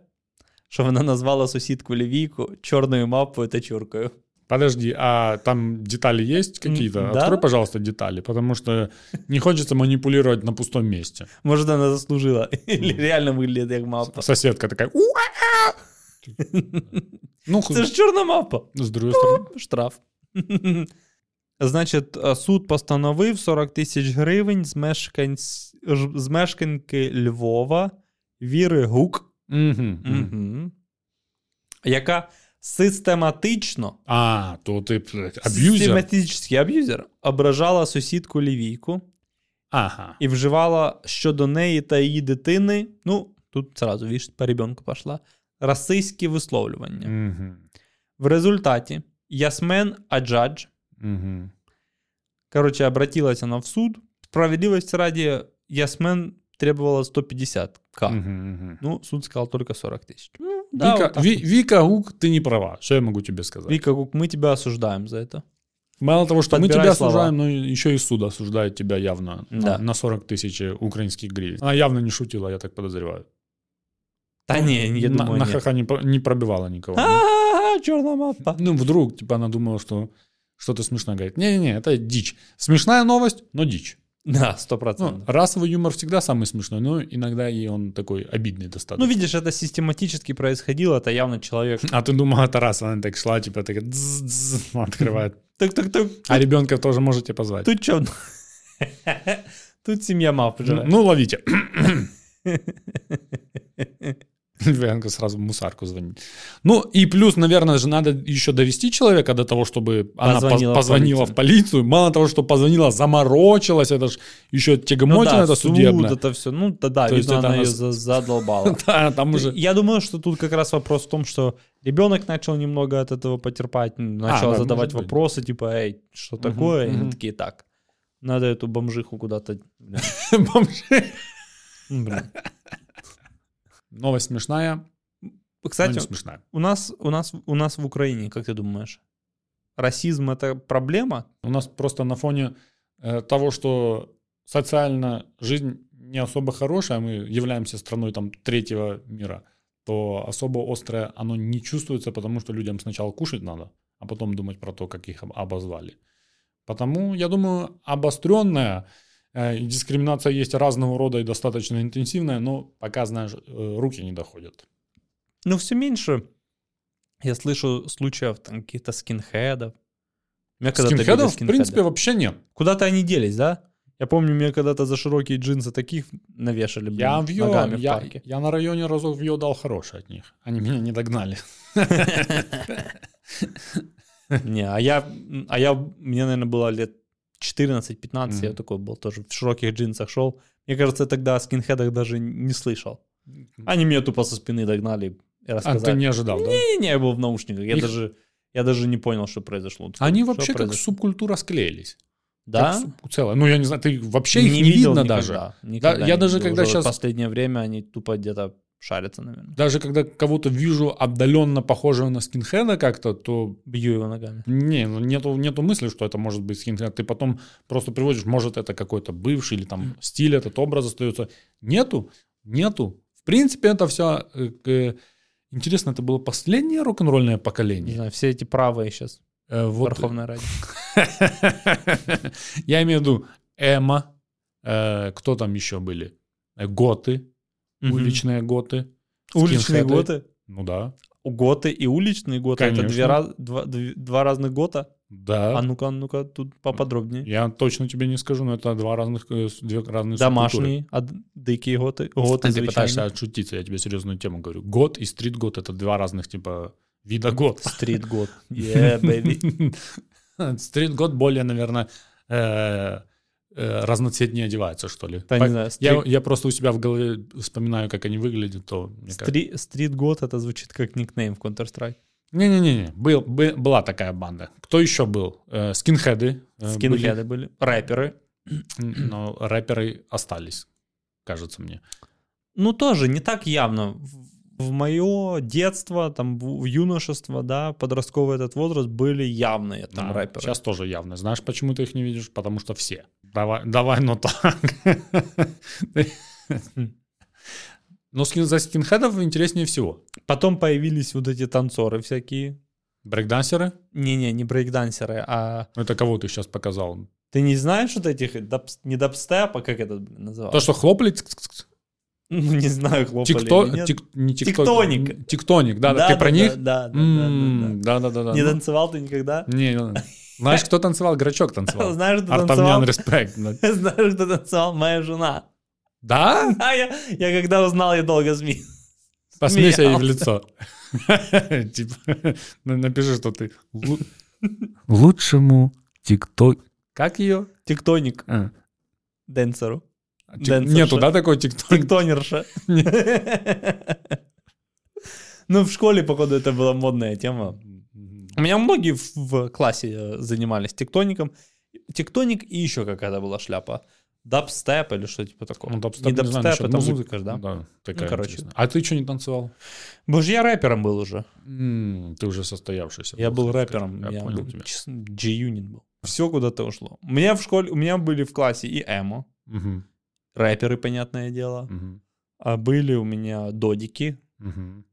Speaker 1: що вона назвала сусідку львійку чорною мапою та чуркою.
Speaker 3: Подожди, а там детали есть какие-то?
Speaker 1: да.
Speaker 3: Открой, пожалуйста, детали, потому что не хочется манипулировать на пустом месте.
Speaker 1: Может, она заслужила. [laughs] Или реально выглядит як мапа.
Speaker 3: Соседка такая... «Уа!» Ну,
Speaker 1: Це ж чорна мапа.
Speaker 3: с другой стороны.
Speaker 1: Штраф. [laughs] Значить, а, суд постановив 40 тисяч гривень з, мешканць... ж- з мешканки Львова Віри Гук,
Speaker 3: Мгм, мгм.
Speaker 1: яка систематично
Speaker 3: А, то ты блядь, абьюзер.
Speaker 1: систематичний аб'юзер ображала сусідку Лівійку
Speaker 3: Ага.
Speaker 1: і вживала щодо неї та її дитини. Ну, тут сразу віж по ребенку пошла. Расистські висловлювання.
Speaker 3: Мгм,
Speaker 1: В результаті Ясмен Аджадж,
Speaker 3: мгм.
Speaker 1: короче, обратилась она в суд. Справедливости ради Ясмен требовала 150к.
Speaker 3: Мгм, мгм.
Speaker 1: Ну, суд сказал только 40 тысяч. Ну, да,
Speaker 3: Вика,
Speaker 1: вот так.
Speaker 3: Ви- Вика Гук, ты не права. Что я могу тебе сказать?
Speaker 1: Вика Гук, мы тебя осуждаем за это.
Speaker 3: Мало того, что мы
Speaker 1: Подбирай
Speaker 3: тебя
Speaker 1: слова.
Speaker 3: осуждаем, но еще и суд осуждает тебя явно
Speaker 1: Да.
Speaker 3: на 40 тысяч украинских гривен. Она явно не шутила, я так подозреваю.
Speaker 1: Да не, я
Speaker 3: на,
Speaker 1: думаю,
Speaker 3: на
Speaker 1: нет.
Speaker 3: хаха не, по- не пробивала никого.
Speaker 1: А, черная мапа.
Speaker 3: Ну, вдруг, типа, она думала, что что-то смешное говорит. Не-не-не, это дичь. Смешная новость, но дичь.
Speaker 1: Да, сто
Speaker 3: Ну,
Speaker 1: процентов.
Speaker 3: расовый юмор всегда самый смешной, но иногда и он такой обидный достаточно.
Speaker 1: Ну, видишь, это систематически происходило, это явно человек.
Speaker 3: а ты думала, это раз, она так шла, типа, такая «Дзз-дзз», открывает.
Speaker 1: Так, так, так,
Speaker 3: А ребенка тоже можете позвать.
Speaker 1: тут что? Тут семья мап
Speaker 3: Ну, [laughs]
Speaker 1: жрет.
Speaker 3: ну, ловите. Венга сразу мусарку звонит. Ну и плюс, наверное же, надо еще довести человека до того, чтобы она поз-
Speaker 1: Позвонила
Speaker 3: позвонила,
Speaker 1: в
Speaker 3: в полицию. Мало того, что позвонила, заморочилась, это ж еще тягомотина это судебно.
Speaker 1: Ну это все. Ну, да, да,
Speaker 3: То есть
Speaker 1: видно, она
Speaker 3: это она
Speaker 1: ее
Speaker 3: с-
Speaker 1: задолбала.
Speaker 3: [laughs] Да, там уже...
Speaker 1: Я думаю, что тут как раз вопрос в том, что ребенок начал немного от этого потерпать, м, начал
Speaker 3: да,
Speaker 1: задавать
Speaker 3: может быть.
Speaker 1: вопросы, типа, эй, что такое? И они
Speaker 3: мгм.
Speaker 1: такие, так, надо эту бомжиху куда-то... бля,
Speaker 3: бомжи.
Speaker 1: м, [laughs] блин».
Speaker 3: Новость смешная, но не
Speaker 1: Ну, Кстати,
Speaker 3: смешная.
Speaker 1: у нас, у, нас, у нас в Украине, как ты думаешь, расизм — это проблема?
Speaker 3: У нас просто на фоне э, того, что социально жизнь не особо хорошая, мы являемся страной там третьего мира, то особо острое оно не чувствуется, потому что людям сначала кушать надо, а потом думать про то, как их об- обозвали. Потому, я думаю, обостренная э, и дискриминация есть разного рода и достаточно интенсивная, но пока, знаешь, э, руки не доходят.
Speaker 1: Ну, все меньше я слышу случаев там каких-то скинхедов. У меня когда-то били
Speaker 3: Скинхедов, в
Speaker 1: скинхеды.
Speaker 3: принципе, вообще нет.
Speaker 1: Куда-то они делись, да? Я помню, мне когда-то за широкие джинсы таких навешали блин,
Speaker 3: Я вью,
Speaker 1: ногами в
Speaker 3: я,
Speaker 1: парке.
Speaker 3: я на районе разок вью дал хороший от них. Они меня не догнали.
Speaker 1: Не, а я, а я, мне, наверное, было лет 14-15, я
Speaker 3: Мгм.
Speaker 1: такой был тоже в широких джинсах шел. Мне кажется, я тогда о скинхедах даже не слышал. Они меня тупо со спины догнали и
Speaker 3: А ты
Speaker 1: рассказали.
Speaker 3: не ожидал, да?
Speaker 1: Не-не-не, я был в наушниках, я
Speaker 3: Их-
Speaker 1: даже... Я даже не понял, что произошло. Такой,
Speaker 3: Они
Speaker 1: «Что
Speaker 3: вообще как
Speaker 1: произошло?»
Speaker 3: субкультура склеились.
Speaker 1: да?
Speaker 3: Как суб- целое. Ну, я не знаю, ты вообще их не,
Speaker 1: видел
Speaker 3: видно
Speaker 1: никогда,
Speaker 3: даже.
Speaker 1: никогда
Speaker 3: Да,
Speaker 1: не
Speaker 3: я даже
Speaker 1: видел.
Speaker 3: когда
Speaker 1: Уже
Speaker 3: щас-
Speaker 1: В последнее время они тупо где-то шарятся, наверное.
Speaker 3: Даже когда кого-то вижу отдаленно похожего на скинхеда как-то, то
Speaker 1: Бью его ногами.
Speaker 3: не, ну, нету, нету мысли, что это может быть скинхед. Ты потом просто приводишь, может, это какой-то бывший или там стиль, этот образ остается. Нету, нету. В принципе, это вся... э, к- э, Интересно, это было последнее рок-н-ролльное
Speaker 1: Не
Speaker 3: поколение?
Speaker 1: знаю, все эти правые сейчас.
Speaker 3: Э,
Speaker 1: в
Speaker 3: вот-
Speaker 1: Верховной Раде.
Speaker 3: [laughs] Я имею в виду Эма, э, кто там еще были? Э, Готы,
Speaker 1: Мгм.
Speaker 3: уличные готы.
Speaker 1: Уличные
Speaker 3: скинхеды.
Speaker 1: готы.
Speaker 3: Ну да.
Speaker 1: Готы и уличные готы. Это
Speaker 3: Конечно.
Speaker 1: две раз- два, дв- два разных гота.
Speaker 3: Да.
Speaker 1: А ну-ка, а ну-ка, тут поподробнее.
Speaker 3: Я точно тебе не скажу, но это два разных, э, с- две разные субкультуры.
Speaker 1: Домашние, а д- дикие готы. Готы,
Speaker 3: Ты пытаешься
Speaker 1: звичайно.
Speaker 3: отшутиться, я тебе серьезную тему говорю. Гот и стрит-гот — это два разных типа вида [laughs] гот.
Speaker 1: Стрит-гот. Yeah, baby.
Speaker 3: Стрит-гот более, наверное, э, э, разноцветнее одевается, что ли.
Speaker 1: Да, не
Speaker 3: По-
Speaker 1: знаю,
Speaker 3: Я
Speaker 1: стрит-
Speaker 3: я просто у себя в голове вспоминаю, как они выглядят, то... мне кажется-
Speaker 1: Стри- Стрит-гот, это звучит как никнейм в Counter-Strike.
Speaker 3: Не-не-не, был, бы- была такая банда. Кто еще был? Э, Скинхеды. э,
Speaker 1: Скинхеды были. Рэперы.
Speaker 3: были, Но рэперы остались, кажется мне.
Speaker 1: Ну, тоже не так явно. В- В мое детство, там, в в юношество, да, подростковый этот возраст были явные там рэперы.
Speaker 3: Сейчас тоже явно. Знаешь, почему ты их не видишь? Потому что все. Давай, давай, но так. Но Ну, скин- за скинхедов интереснее всего.
Speaker 1: Потом появились вот эти танцоры всякие.
Speaker 3: Брейкдансеры.
Speaker 1: Не-не, не брейкдансеры, а
Speaker 3: Это кого ты сейчас показал?
Speaker 1: ты не знаешь вот этих дабс- не дабстеп, а как этот блин, назывался?
Speaker 3: То, что хлопали... ц- ц- ц-
Speaker 1: Ну, не знаю, хлопали
Speaker 3: тикто-
Speaker 1: или нет.
Speaker 3: тик- не тикто-
Speaker 1: Тиктоник.
Speaker 3: Тиктоник, да, да, ты про
Speaker 1: да,
Speaker 3: них?
Speaker 1: Да, да, да, да,
Speaker 3: М,
Speaker 1: да.
Speaker 3: Да-да-да.
Speaker 1: Не
Speaker 3: Ну,
Speaker 1: танцевал ты никогда?
Speaker 3: Не, ну, знаешь, кто танцевал? Грачок танцевал.
Speaker 1: Знаешь, кто танцевал?
Speaker 3: Артамнян респект. да.
Speaker 1: [laughs] Знаешь, кто танцевал? Моя жена.
Speaker 3: Да?
Speaker 1: А я, я когда узнал, я долго смеялся.
Speaker 3: [laughs] Посмейся ей в
Speaker 1: Смеялся.
Speaker 3: лицо. [laughs] Типа, на- напиши, что ты лу- лучшему тикток... Как ее?
Speaker 1: Тектоник
Speaker 3: [laughs]
Speaker 1: денсеру. Дэнсерша.
Speaker 3: а, Нету, да, такой тикток?
Speaker 1: Тектонерша. [laughs] Ну, в школе, походу, это была модная тема. У меня многие в, в классе э, занимались тектоником. Тектоник и еще какая-то была шляпа. Дабстеп или что типа такого.
Speaker 3: Ну, дабстеп,
Speaker 1: не
Speaker 3: не знаю,
Speaker 1: дабстеп,
Speaker 3: насчет
Speaker 1: это
Speaker 3: музыки.
Speaker 1: музыка же, да? Ну,
Speaker 3: Да, такая
Speaker 1: короче.
Speaker 3: интересная. А ты что не танцевал?
Speaker 1: Боже, я рэпером был уже.
Speaker 3: М, Ты уже состоявшийся.
Speaker 1: Я был рэпером.
Speaker 3: Я
Speaker 1: Я
Speaker 3: понял
Speaker 1: был
Speaker 3: тебя.
Speaker 1: чис- G-Unit был. Все куда-то ушло. У меня в школе, у меня были в классе и эмо,
Speaker 3: Мгм,
Speaker 1: рэперы, понятное дело.
Speaker 3: мгм,
Speaker 1: А были у меня додики
Speaker 3: мгм.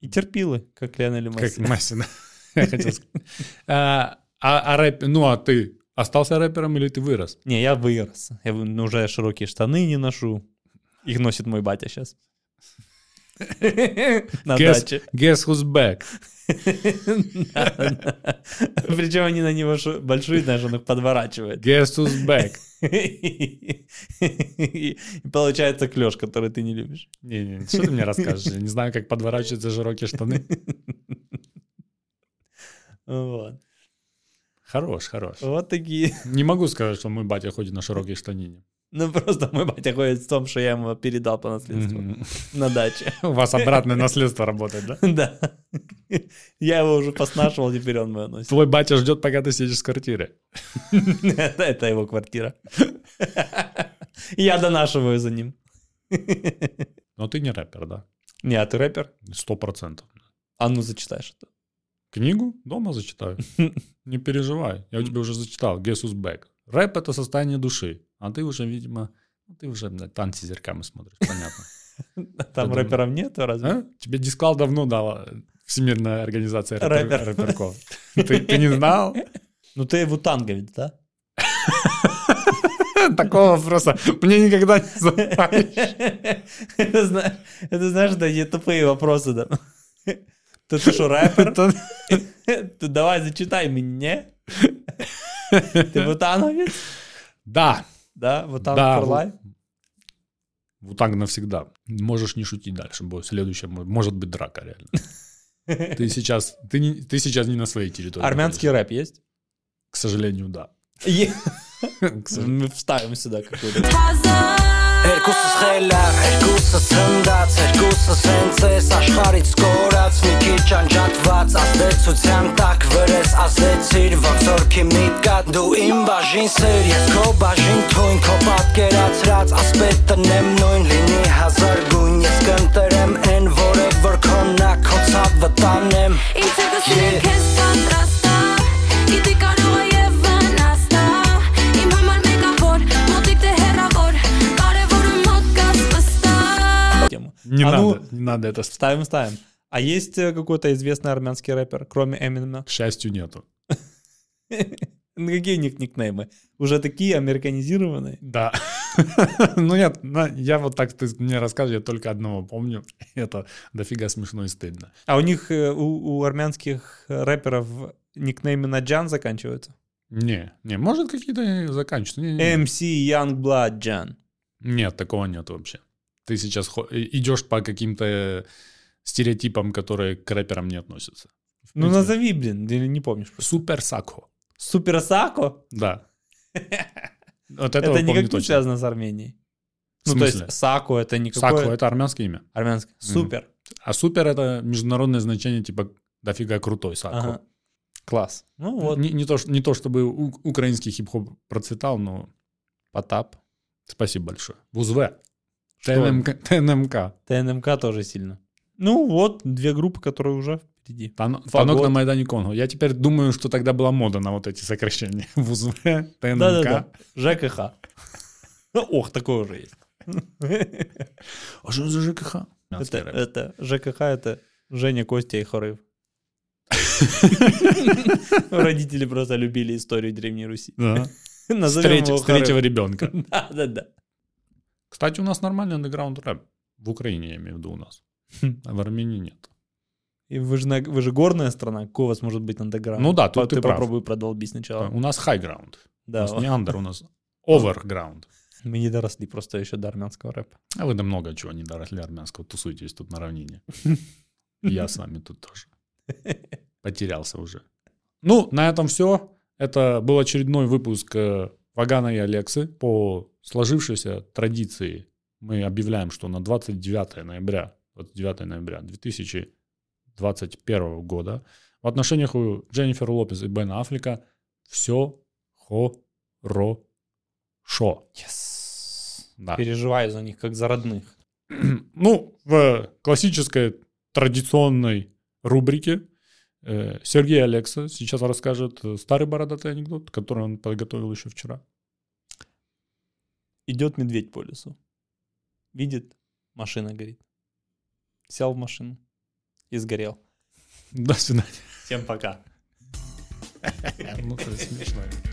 Speaker 1: и терпилы, как Лена
Speaker 3: Как
Speaker 1: Лимас.
Speaker 3: Мася, да. [laughs] Я хотел сказать. А а- а рэп... Ну, а ты остался рэпером или ты вырос?
Speaker 1: Не, я вырос. Я вы- ну, уже широкие штаны не ношу. Их носит мой батя сейчас. На даче. [laughs]
Speaker 3: Guess, guess who's back?
Speaker 1: Причем они на него шу- большие, даже он их подворачивает.
Speaker 3: Guess who's back?
Speaker 1: [laughs] И получается клеш, который ты не любишь.
Speaker 3: [laughs] Не, не, что ты мне расскажешь? Я не знаю, как подворачиваются широкие штаны.
Speaker 1: Вот.
Speaker 3: Хорош, хорош.
Speaker 1: Вот такие. [laughs]
Speaker 3: Не могу сказать, что мой батя ходит на широкие штанине.
Speaker 1: Ну просто мой батя ходит в том, что я ему передал по наследству
Speaker 3: Мгм.
Speaker 1: на даче. [laughs]
Speaker 3: У вас обратное наследство работает, да?
Speaker 1: Да. Я его уже поснашивал, теперь он мое носит.
Speaker 3: Твой батя ждет, пока ты съедешь с квартиры.
Speaker 1: Это это его квартира. Я донашиваю за ним.
Speaker 3: Но ты не рэпер, да?
Speaker 1: Не, а ты рэпер?
Speaker 3: Сто процентов.
Speaker 1: А ну зачитаешь это.
Speaker 3: Книгу дома зачитаю. Не переживай, я тебе уже зачитал. Guess who's back. Рэп — это состояние души. А ты уже, видимо, ну, ты уже да, танцы зерками смотришь, понятно.
Speaker 1: Там
Speaker 3: думаю.
Speaker 1: рэперов нет, разве?
Speaker 3: А? Тебе дискал давно дала э, Всемирная организация рэпер-
Speaker 1: Рэпер.
Speaker 3: рэперков. Ты ты не знал? [laughs]
Speaker 1: Ну ты его танго ведь, да?
Speaker 3: Такого просто мне никогда не
Speaker 1: [laughs]
Speaker 3: задали.
Speaker 1: Это зна- это, знаешь, да, не тупые вопросы там. Ты ты что, рэпер? Ты давай зачитай мне. Ты бутановец?
Speaker 3: Да,
Speaker 1: Да, вот
Speaker 3: Да,
Speaker 1: for
Speaker 3: вот.
Speaker 1: life?
Speaker 3: вот так навсегда. Можешь не шутить дальше, будет следующее, мо- может быть, драка реально. Ты сейчас, ты, не- ты сейчас не на своей территории.
Speaker 1: Армянский
Speaker 3: находишься.
Speaker 1: рэп
Speaker 3: [laughs]
Speaker 1: есть?
Speaker 3: К сожалению, да.
Speaker 1: Е-
Speaker 3: К сожалению.
Speaker 1: Мы вставим сюда какой-то.
Speaker 7: Երկուսս խելար, երկուսս հնդած, երկուսս հենց էս աշխարից կորած, մի քիչ անջատված, ազդեցության տակ վրես ազդեցիր, ոնցոր քիմնի կատ, դու իմ բաժին սեր, ես քո բաժին թույն, քո պատկերացրած, ասպետ տնեմ նույն, լինի հազար գույն, ես կընտրեմ են, որը որ քոննա, քո ցավը տանեմ,
Speaker 8: Ինձ հետ
Speaker 7: Yeah.
Speaker 8: ասին քեզ պատրաստա Գիտի կարող է եւ վնաստա Իմ համար մեկավոր, մոտիկ թե հեռավոր Կարևորը մոտ կաց վստահ
Speaker 1: тему.
Speaker 3: Не
Speaker 1: А ну,
Speaker 3: надо, не надо это. ст-
Speaker 1: Ставим, ставим. А есть э, какой-то известный армянский рэпер, кроме Эминема?
Speaker 3: К счастью, нету.
Speaker 1: Ну, Какие у них никнеймы? Уже такие американизированные?
Speaker 3: Да. [laughs] Ну нет, на- я вот так ты мне расскажешь, я только одного помню. [laughs] Это дофига смешно и стыдно.
Speaker 1: А у них, э, у, у армянских э, рэперов никнеймы на Джан заканчиваются?
Speaker 3: Не, не, может какие-то и заканчиваются. Не, не, не.
Speaker 1: MC Youngblood Джан.
Speaker 3: Нет, такого нет вообще. Ты сейчас хо- и- идешь по каким-то стереотипам, которые к рэперам не относятся. В
Speaker 1: Ну
Speaker 3: принципе,
Speaker 1: назови, блин, или не помнишь. просто.
Speaker 3: Супер Сакхо.
Speaker 1: Супер Сако? [laughs]
Speaker 3: Да. Вот
Speaker 1: Это,
Speaker 3: этого помню
Speaker 1: никак не
Speaker 3: точно.
Speaker 1: связано с Арменией.
Speaker 3: В
Speaker 1: Ну, то
Speaker 3: смысле?
Speaker 1: есть Сако это не
Speaker 3: Сакхо —
Speaker 1: какое...
Speaker 3: это армянское имя.
Speaker 1: Армянское. Супер.
Speaker 3: А супер — это международное значение типа дофига крутой Сакхо.
Speaker 1: Ага. Класс. Ну вот.
Speaker 3: Не, не то, ш- не то, чтобы у- украинский хип-хоп процветал, но
Speaker 1: Потап.
Speaker 3: спасибо большое. Бузве.
Speaker 1: Что?
Speaker 3: ТНМК. ТНМК.
Speaker 1: ТНМК тоже сильно. Ну вот, две группы, которые уже впереди.
Speaker 3: Тан-
Speaker 1: Фагот.
Speaker 3: Танок на Майдане Конго. Я теперь думаю, что тогда была мода на вот эти сокращения. [laughs] Бузве, ТНМК.
Speaker 1: Да-да-да.
Speaker 3: [laughs]
Speaker 1: ЖКХ. Ох, такое уже есть.
Speaker 3: А что за ЖКХ?
Speaker 1: Это, это ЖКХ, это Женя, Костя и
Speaker 3: [laughs]
Speaker 1: Хорыв. Родители просто любили историю Древней Руси.
Speaker 3: Да. С
Speaker 1: [laughs] Назовем
Speaker 3: треть-
Speaker 1: его
Speaker 3: с третьего
Speaker 1: Хорыв.
Speaker 3: ребенка.
Speaker 1: [laughs] Да-да-да.
Speaker 3: Кстати, у нас нормальный андеграунд рэп. В Украине, я имею в виду, у нас.
Speaker 1: Хм.
Speaker 3: А в Армении нет.
Speaker 1: И вы же, на- вы же горная страна, какой у вас может быть андеграунд?
Speaker 3: Ну да, тут
Speaker 1: По-
Speaker 3: ты
Speaker 1: ты
Speaker 3: прав.
Speaker 1: попробуй продолбить сначала.
Speaker 3: У нас хайграунд. У
Speaker 1: Да,
Speaker 3: нас не андер, у нас оверграунд.
Speaker 1: [laughs] мы не доросли просто еще до армянского рэпа.
Speaker 3: А вы да много чего не доросли армянского. Тусуйтесь тут на равнине. Я с вами тут тоже. Потерялся уже. Ну, на этом все. Это был очередной выпуск э, Вагана и Алексы. По сложившейся традиции мы объявляем, что на 29 ноября, 29 ноября 2021 года в отношениях у Дженнифер Лопес и Бена Аффлека все хорошо. Да.
Speaker 1: Переживаю за них, как за родных.
Speaker 3: [clears throat] Ну, в классической традиционной рубрике э, Сергей Алекса сейчас расскажет э, старый бородатый анекдот, который он подготовил еще вчера.
Speaker 1: Идет медведь по лесу. Видит, машина горит. Сел в машину и сгорел.
Speaker 3: До свидания.
Speaker 1: Всем пока.
Speaker 3: [laughs] Ну, это смешно.